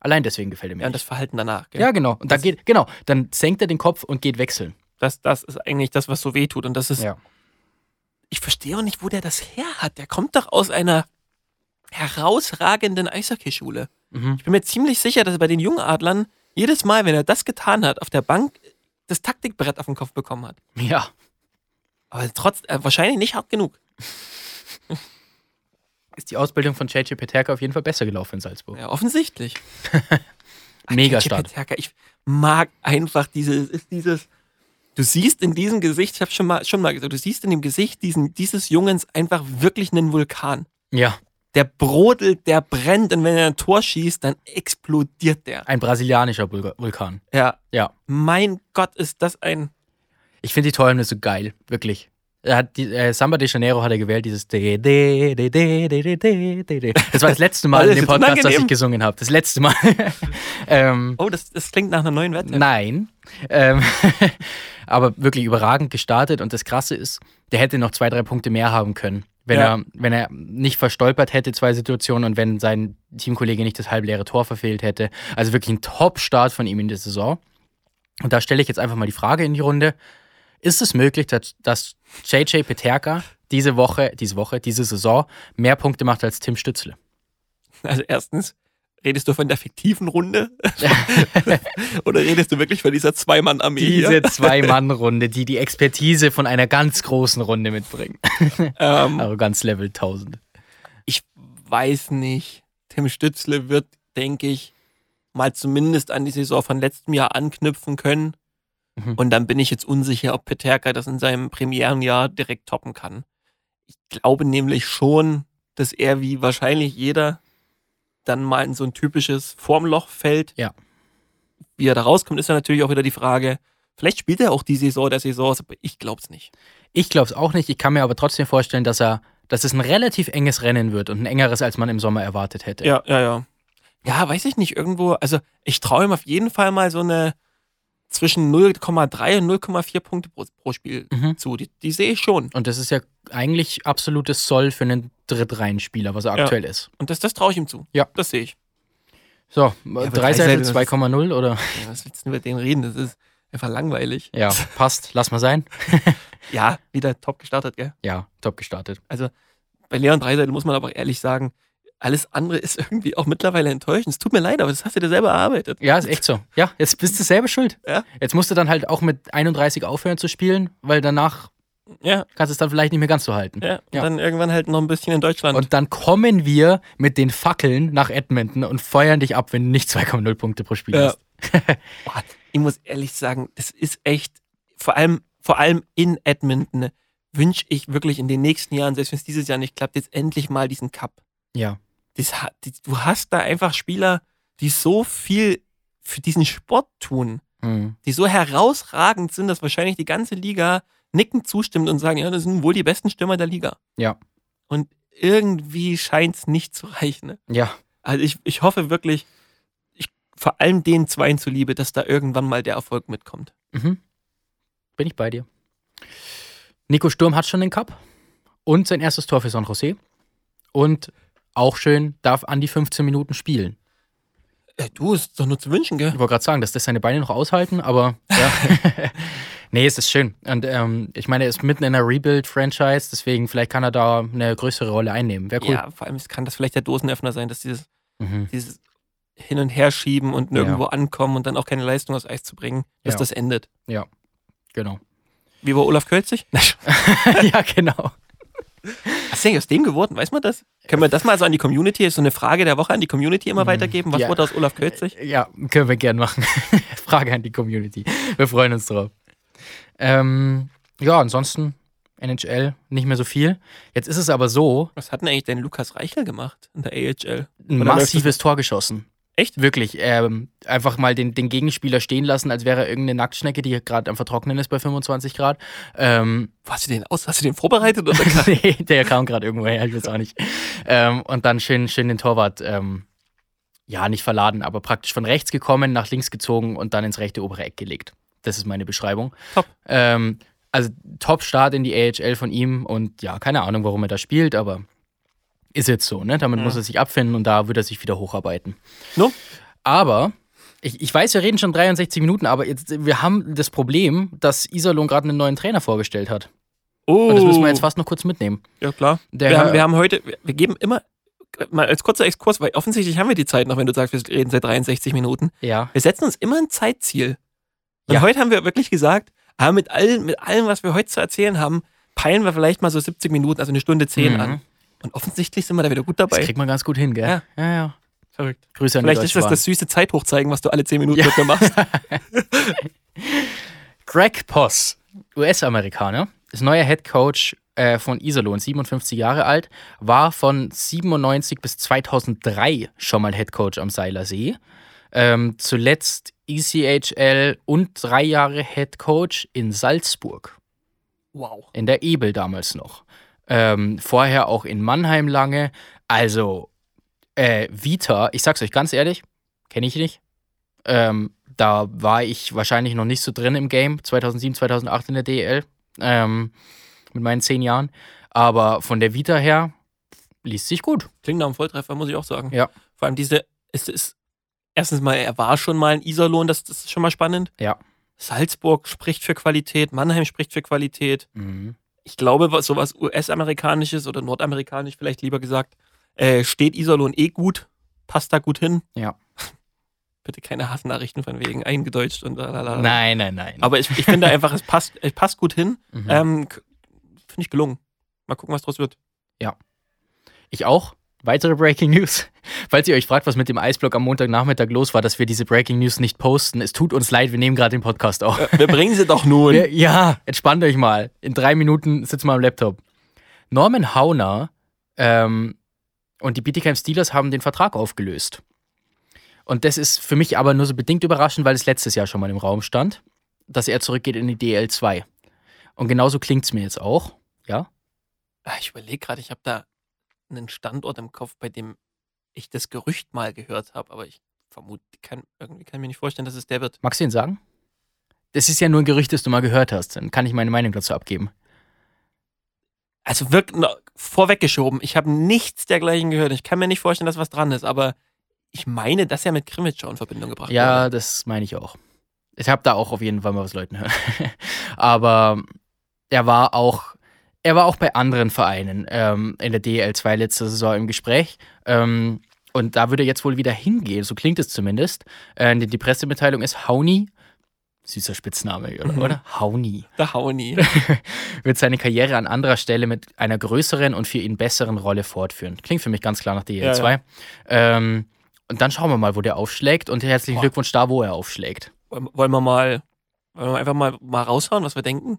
Speaker 2: Allein deswegen gefällt er mir
Speaker 1: Ja, und das
Speaker 2: nicht.
Speaker 1: Verhalten danach, gell?
Speaker 2: Ja, genau. Und dann
Speaker 1: Das-
Speaker 2: geht, genau, dann senkt er den Kopf und geht wechseln.
Speaker 1: Das, das ist eigentlich das, was so weh tut. Und das ist,
Speaker 2: Ja.
Speaker 1: ich verstehe auch nicht, wo der das her hat. Der kommt doch aus einer herausragenden Eishockeyschule.
Speaker 2: Mhm.
Speaker 1: Ich bin mir ziemlich sicher, dass er bei den Jungadlern jedes Mal, wenn er das getan hat, auf der Bank das Taktikbrett auf den Kopf bekommen hat.
Speaker 2: Ja.
Speaker 1: Aber trotz, äh, wahrscheinlich nicht hart genug.
Speaker 2: Ist die Ausbildung von JJ Peterka auf jeden Fall besser gelaufen in Salzburg.
Speaker 1: Ja, offensichtlich.
Speaker 2: *laughs* Mega stark.
Speaker 1: Peterka, ich mag einfach dieses, ist dieses, du siehst in diesem Gesicht, ich habe schon mal, schon mal gesagt, du siehst in dem Gesicht diesen, dieses Jungens einfach wirklich einen Vulkan.
Speaker 2: Ja.
Speaker 1: Der brodelt, der brennt und wenn er ein Tor schießt, dann explodiert der.
Speaker 2: Ein brasilianischer Vulga- Vulkan.
Speaker 1: Ja,
Speaker 2: Ja.
Speaker 1: mein Gott, ist das ein
Speaker 2: Ich finde die Torhymne so geil, wirklich. Er hat die, äh, Samba de Janeiro hat er gewählt, dieses de, de, de, de, de, de, de, de, de. Das war das letzte Mal
Speaker 1: Alles
Speaker 2: in dem
Speaker 1: ist
Speaker 2: Podcast, dass
Speaker 1: unangenehm.
Speaker 2: ich gesungen habe. Das letzte Mal. *laughs* ähm,
Speaker 1: Oh, das, das klingt nach einer neuen Wette.
Speaker 2: Nein. Ähm, *laughs* aber wirklich überragend gestartet. Und das Krasse ist, der hätte noch zwei, drei Punkte mehr haben können. Wenn,
Speaker 1: Ja.
Speaker 2: er, wenn er nicht verstolpert hätte, zwei Situationen und wenn sein Teamkollege nicht das halbleere Tor verfehlt hätte. Also wirklich ein Top-Start von ihm in der Saison. Und da stelle ich jetzt einfach mal die Frage in die Runde. Ist es möglich, dass, dass JJ Peterka diese Woche, diese Woche, diese Saison mehr Punkte macht als Tim Stützle?
Speaker 1: Also erstens, redest du von der fiktiven Runde? *laughs* Oder redest du wirklich von dieser Zwei-Mann-Armee?
Speaker 2: Diese
Speaker 1: hier?
Speaker 2: Zwei-Mann-Runde, die die Expertise von einer ganz großen Runde mitbringt.
Speaker 1: Ähm,
Speaker 2: Also Arroganz-Level 1000.
Speaker 1: ich weiß nicht. Tim Stützle wird, denke ich, mal zumindest an die Saison von letztem Jahr anknüpfen können.
Speaker 2: Mhm.
Speaker 1: Und dann bin ich jetzt unsicher, ob Peterka das in seinem Premierenjahr direkt toppen kann. Ich glaube nämlich schon, dass er wie wahrscheinlich jeder dann mal in so ein typisches Formloch fällt.
Speaker 2: Ja.
Speaker 1: Wie er da rauskommt, ist ja natürlich auch wieder die Frage. Vielleicht spielt er auch die Saison der Saison, aber ich glaube es nicht.
Speaker 2: Ich glaube es auch nicht. Ich kann mir aber trotzdem vorstellen, dass er, dass es ein relativ enges Rennen wird und ein engeres, als man im Sommer erwartet hätte.
Speaker 1: ja, ja. Ja, weiß ich nicht, irgendwo, also ich traue ihm auf jeden Fall mal so eine zwischen 0,3 und 0,4 Punkte pro, pro Spiel
Speaker 2: Mhm.
Speaker 1: zu. Die, die sehe ich schon.
Speaker 2: Und das ist ja eigentlich absolutes Soll für einen Drittreihenspieler, was er
Speaker 1: Ja.
Speaker 2: aktuell ist.
Speaker 1: Und das, das traue ich ihm zu.
Speaker 2: Ja.
Speaker 1: Das sehe ich.
Speaker 2: So, äh,
Speaker 1: aber
Speaker 2: Dreiseitel
Speaker 1: Dreiseitel, das ist-
Speaker 2: 2,0 oder?
Speaker 1: Ja, was willst du denn über den reden? Das ist einfach langweilig.
Speaker 2: Ja,
Speaker 1: *laughs*
Speaker 2: passt. Lass mal sein.
Speaker 1: Ja, wieder top gestartet, gell?
Speaker 2: Ja, top gestartet.
Speaker 1: Bei Leon Dreiseitel muss man aber auch ehrlich sagen, alles andere ist irgendwie auch mittlerweile enttäuschend. Es tut mir leid, aber das hast du dir selber erarbeitet.
Speaker 2: Ja, ist echt so. Ja, jetzt bist du selber schuld.
Speaker 1: Ja.
Speaker 2: Jetzt musst du dann halt auch mit 31 aufhören zu spielen, weil danach
Speaker 1: Ja,
Speaker 2: kannst du es dann vielleicht nicht mehr ganz so halten.
Speaker 1: ja. Und
Speaker 2: Ja.
Speaker 1: dann irgendwann halt noch ein bisschen in Deutschland.
Speaker 2: Und dann kommen wir mit den Fackeln nach Edmonton und feuern dich ab, wenn du nicht 2,0 Punkte pro Spiel
Speaker 1: Ja.
Speaker 2: hast.
Speaker 1: Boah, ich muss ehrlich sagen, das ist echt, vor allem, vor allem in Edmonton, wünsche ich wirklich in den nächsten Jahren, selbst wenn es dieses Jahr nicht klappt, jetzt endlich mal diesen Cup.
Speaker 2: Ja.
Speaker 1: Das, ha- die, du hast da einfach Spieler, die so viel für diesen Sport tun,
Speaker 2: Mhm.
Speaker 1: die so herausragend sind, dass wahrscheinlich die ganze Liga nickend zustimmt und sagen, ja, das sind wohl die besten Stürmer der Liga.
Speaker 2: Ja.
Speaker 1: Und irgendwie scheint es nicht zu reichen. Ne?
Speaker 2: Ja.
Speaker 1: Also ich, ich hoffe wirklich, ich, vor allem den Zweien zuliebe, dass da irgendwann mal der Erfolg mitkommt.
Speaker 2: Mhm. Bin ich bei dir. Nico Sturm hat schon den Cup und sein erstes Tor für San Jose. Und auch schön, darf an die 15 Minuten spielen.
Speaker 1: Äh, du, ist doch nur zu wünschen, gell?
Speaker 2: Ich wollte gerade sagen, dass das seine Beine noch aushalten, aber ja.
Speaker 1: *laughs*
Speaker 2: nee, es ist schön. Und ähm, ich meine, er ist mitten in einer Rebuild-Franchise, deswegen vielleicht kann er da eine größere Rolle einnehmen. Wäre cool.
Speaker 1: Ja, vor allem es kann das vielleicht der Dosenöffner sein, dass dieses,
Speaker 2: Mhm.
Speaker 1: dieses Hin- und Herschieben und nirgendwo ankommen und dann auch keine Leistung aufs Eis zu bringen, dass
Speaker 2: Ja.
Speaker 1: das endet.
Speaker 2: Genau. *laughs*
Speaker 1: Wie bei Olaf *laughs* Kölzig? Was
Speaker 2: ja, genau.
Speaker 1: ist denn aus dem geworden? Weiß man das? Können wir das mal so an die Community, ist so eine Frage der Woche an die Community immer weitergeben? Was
Speaker 2: ja.
Speaker 1: wurde aus Olaf Kölzig?
Speaker 2: Ja, können wir gern machen. *laughs* Frage an die Community. Wir freuen uns drauf. Ähm, ja, ansonsten NHL nicht mehr so viel. Jetzt ist es aber so,
Speaker 1: Was hat denn eigentlich dein Lukas Reichel gemacht in der AHL?
Speaker 2: ein
Speaker 1: Oder läuft
Speaker 2: massives Tor geschossen.
Speaker 1: Echt?
Speaker 2: Wirklich. Ähm, einfach mal den, den Gegenspieler stehen lassen, als wäre er irgendeine Nacktschnecke, die gerade am Vertrocknen ist bei 25 Grad. Ähm,
Speaker 1: Hast du den aus? Hast du den vorbereitet? Oder?
Speaker 2: *laughs* nee, der kam gerade irgendwo her, ich weiß auch nicht. Ähm, und dann schön, schön den Torwart, ähm, ja, nicht verladen, aber praktisch von rechts gekommen, nach links gezogen und dann ins rechte obere Eck gelegt. Das ist meine Beschreibung.
Speaker 1: Top.
Speaker 2: Ähm, also Top-Start in die AHL von ihm und ja, keine Ahnung, warum er da spielt, aber ist jetzt so, ne? Damit
Speaker 1: Ja.
Speaker 2: muss er sich abfinden und da wird er sich wieder hocharbeiten.
Speaker 1: No.
Speaker 2: Aber ich, ich weiß, wir reden schon 63 Minuten, aber jetzt, wir haben das Problem, dass Iserlohn gerade einen neuen Trainer vorgestellt hat.
Speaker 1: *laughs* Oh,
Speaker 2: Und das müssen wir jetzt fast noch kurz mitnehmen.
Speaker 1: Ja, klar.
Speaker 2: Der
Speaker 1: wir, haben, wir haben heute, wir- wir geben immer, mal als kurzer Exkurs, weil offensichtlich haben wir die Zeit noch, wenn du sagst, wir reden seit 63 Minuten.
Speaker 2: ja.
Speaker 1: Wir setzen uns immer ein Zeitziel. Und
Speaker 2: Ja.
Speaker 1: heute haben wir wirklich gesagt, ah, mit, allen, mit allem, was wir heute zu erzählen haben, peilen wir vielleicht mal so 70 Minuten, also eine Stunde 10
Speaker 2: Mhm.
Speaker 1: an. Und offensichtlich sind wir da wieder gut
Speaker 2: Das
Speaker 1: dabei.
Speaker 2: kriegt man ganz gut hin, gell?
Speaker 1: Ja.
Speaker 2: ja. ja.
Speaker 1: Verrückt.
Speaker 2: Grüße an
Speaker 1: Vielleicht
Speaker 2: die
Speaker 1: ist das
Speaker 2: Deutsche
Speaker 1: das süße Zeithochzeigen, was du alle 10 Minuten mit mir
Speaker 2: *laughs*
Speaker 1: machst.
Speaker 2: Bahn. Greg Poss, US-Amerikaner, ist neuer Head Coach äh, von Iserlohn, 57 Jahre alt, war von 97 bis 2003 schon mal Head Coach am Seilersee. Ähm, zuletzt ECHL und drei Jahre Head Coach in Salzburg,
Speaker 1: Wow.
Speaker 2: in der Ebel damals noch. Ähm, vorher auch in Mannheim lange. Also, äh, Vita, ich sag's euch ganz ehrlich, kenne ich nicht. Ähm, da war ich wahrscheinlich noch nicht so drin im Game, 2007, 2008 in der DL, ähm, mit meinen zehn Jahren. Aber von der Vita her liest sich gut.
Speaker 1: Klingt nach einem Volltreffer, muss ich auch sagen.
Speaker 2: Ja.
Speaker 1: Vor allem diese, es ist, erstens mal, er war schon mal in Iserlohn, das, das ist schon mal spannend.
Speaker 2: Ja.
Speaker 1: Salzburg spricht für Qualität, Mannheim spricht für Qualität.
Speaker 2: Mhm.
Speaker 1: Ich glaube, was, sowas US-amerikanisches oder nordamerikanisch vielleicht lieber gesagt, äh, steht Iserlohn eh gut, passt da gut hin.
Speaker 2: Ja.
Speaker 1: *laughs* Bitte keine Hassnachrichten von wegen eingedeutscht und lalala.
Speaker 2: Nein, nein, nein.
Speaker 1: Aber ich, ich finde einfach, es passt, es passt gut
Speaker 2: *laughs*
Speaker 1: hin.
Speaker 2: mhm.
Speaker 1: Ähm, k- finde ich gelungen. Mal gucken, was draus wird.
Speaker 2: Ich auch. Weitere Breaking News. *laughs* Falls ihr euch fragt, was mit dem Eisblock am Montagnachmittag los war, dass wir diese Breaking News nicht posten, es tut uns leid, wir nehmen gerade den Podcast auf.
Speaker 1: Äh, Wir bringen sie doch nun. *laughs*
Speaker 2: *laughs* Wir, ja, entspannt euch mal. In drei Minuten sitzen wir am Laptop. Norman Hauner ähm, und die Bietigheim Steelers haben den Vertrag aufgelöst. Und das ist für mich aber nur so bedingt überraschend, weil es letztes Jahr schon mal im Raum stand, dass er zurückgeht in die DL2. Und genauso klingt es mir jetzt auch. Ja?
Speaker 1: Ah, Ich überlege gerade, ich habe da einen Standort im Kopf, bei dem ich das Gerücht mal gehört habe, aber ich vermute, kann, irgendwie kann ich mir nicht vorstellen, dass es der wird.
Speaker 2: Magst du ihn sagen? Das ist ja nur ein Gerücht, das du mal gehört hast. Dann kann ich meine Meinung dazu abgeben.
Speaker 1: Also wirklich na, vorweggeschoben. Ich habe nichts dergleichen gehört. Ich kann mir nicht vorstellen, dass was dran ist, aber ich meine, dass er mit Krimitschau in Verbindung gebracht
Speaker 2: ja,
Speaker 1: wurde.
Speaker 2: das meine ich auch. Ich habe da auch auf jeden Fall mal was Leuten hören. *laughs* Aber ähm, er war auch, er war auch bei anderen Vereinen ähm, in der DL2 letzte Saison im Gespräch. Ähm, und da würde er jetzt wohl wieder hingehen, so klingt es zumindest. Äh, die, die Pressemitteilung ist Hauni. Süßer Spitzname, oder?
Speaker 1: Mhm.
Speaker 2: oder? Hauni.
Speaker 1: Der Hauni.
Speaker 2: wird seine Karriere an anderer Stelle mit einer größeren und für ihn besseren Rolle fortführen. Klingt für mich ganz klar nach DL2.
Speaker 1: Ja,
Speaker 2: Ähm, und dann schauen wir mal, wo der aufschlägt und herzlichen
Speaker 1: Boah.
Speaker 2: Glückwunsch da, wo er aufschlägt.
Speaker 1: wollen, wollen wir mal, wollen wir einfach mal, mal raushauen, was wir denken?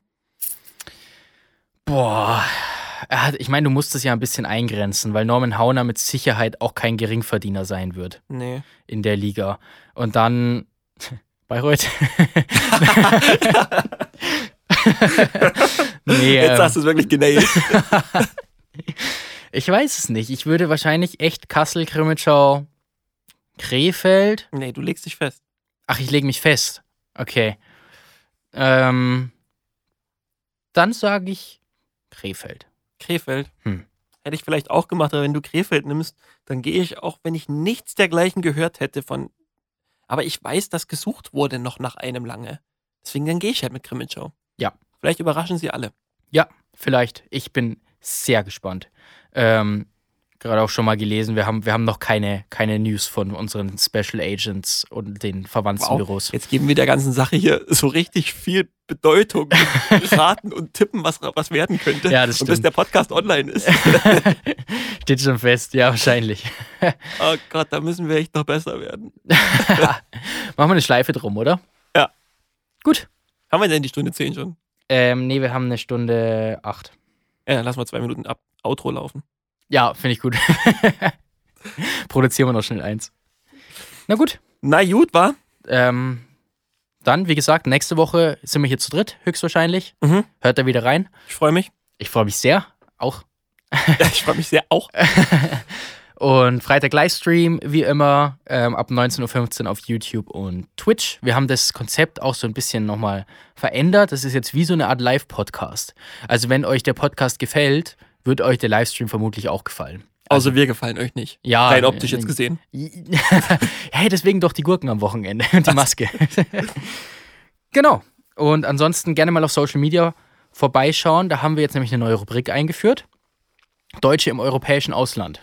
Speaker 2: Boah. Er hat- Ich meine, du musst es ja ein bisschen eingrenzen, weil Norman Hauner mit Sicherheit auch kein Geringverdiener sein wird
Speaker 1: Nee.
Speaker 2: in der Liga. Und dann *laughs* Bayreuth. *laughs* nee, ähm,
Speaker 1: Jetzt hast du es wirklich genailt.
Speaker 2: ich weiß es nicht. Ich würde wahrscheinlich echt Kassel, Krimitschau, Krefeld,
Speaker 1: nee, du legst dich fest.
Speaker 2: Ach, ich lege mich fest. Okay. Ähm, dann sage ich Krefeld.
Speaker 1: Krefeld.
Speaker 2: Hm.
Speaker 1: Hätte ich vielleicht auch gemacht, aber wenn du Krefeld nimmst, dann gehe ich auch, wenn ich nichts dergleichen gehört hätte von. Aber ich weiß, dass gesucht wurde noch nach einem lange. Deswegen dann gehe ich halt mit Krimitschau.
Speaker 2: Ja.
Speaker 1: Vielleicht überraschen sie alle.
Speaker 2: Ja, vielleicht. Ich bin sehr gespannt. Ähm, Gerade auch schon mal gelesen, wir haben, wir haben noch keine, keine News von unseren Special Agents und den Verwandtenbüros.
Speaker 1: Jetzt geben wir der ganzen Sache hier so richtig viel *laughs* Bedeutung, mit raten und tippen, was, was werden könnte.
Speaker 2: Ja, das
Speaker 1: Und bis
Speaker 2: stimmt.
Speaker 1: der Podcast online *laughs* ist.
Speaker 2: *laughs* Steht schon fest, ja, wahrscheinlich.
Speaker 1: Oh Gott, da müssen wir echt noch besser werden.
Speaker 2: Machen wir eine Schleife drum, oder?
Speaker 1: Ja.
Speaker 2: Gut.
Speaker 1: Haben wir denn die Stunde 10 schon?
Speaker 2: Ähm, nee, wir haben eine Stunde acht.
Speaker 1: Ja, dann lassen wir zwei Minuten ab Outro laufen.
Speaker 2: Ja, finde ich gut. *laughs* Produzieren wir noch schnell eins. Na gut.
Speaker 1: Na gut, war?
Speaker 2: Ähm, dann, wie gesagt, nächste Woche sind wir hier zu dritt, höchstwahrscheinlich.
Speaker 1: Mhm.
Speaker 2: Hört da wieder rein.
Speaker 1: Ich freue mich. *laughs*
Speaker 2: Ich freue mich sehr. Auch.
Speaker 1: Ich freue mich sehr auch.
Speaker 2: Und Freitag Livestream, wie immer, ähm, ab 19.15 Uhr auf YouTube und Twitch. Wir haben das Konzept auch so ein bisschen nochmal verändert. Das ist jetzt wie so eine Art Live-Podcast. Also, wenn euch der Podcast gefällt, wird euch der Livestream vermutlich auch gefallen.
Speaker 1: Außer Also, wir gefallen euch nicht.
Speaker 2: Ja,
Speaker 1: Rein optisch
Speaker 2: äh,
Speaker 1: jetzt gesehen.
Speaker 2: *laughs* hey, deswegen doch die Gurken am Wochenende und die Maske. *laughs* genau. Und ansonsten gerne mal auf Social Media vorbeischauen. Da haben wir jetzt nämlich eine neue Rubrik eingeführt. Deutsche im europäischen Ausland.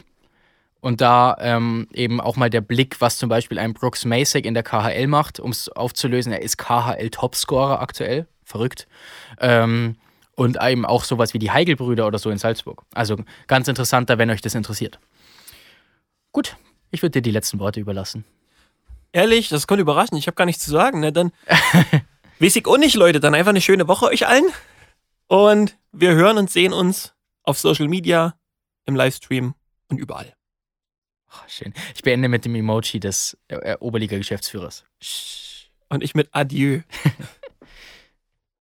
Speaker 2: Und da ähm, eben auch mal der Blick, was zum Beispiel ein Brooks Masek in der KHL macht, um es aufzulösen. Er ist KHL-Topscorer aktuell. Verrückt. Ähm, und eben auch sowas wie die Heigl-Brüder oder so in Salzburg. Also ganz interessanter, wenn euch das interessiert. Gut, ich würde dir die letzten Worte überlassen.
Speaker 1: Ehrlich, das kommt überraschend. Ich habe gar nichts zu sagen. Ne? Dann weiß ich auch nicht, Leute. Dann einfach eine schöne Woche euch allen. Und wir hören und sehen uns auf Social Media, im Livestream und überall.
Speaker 2: Ah, schön. Ich beende mit dem Emoji des äh, Oberliga-Geschäftsführers.
Speaker 1: Und ich mit Adieu.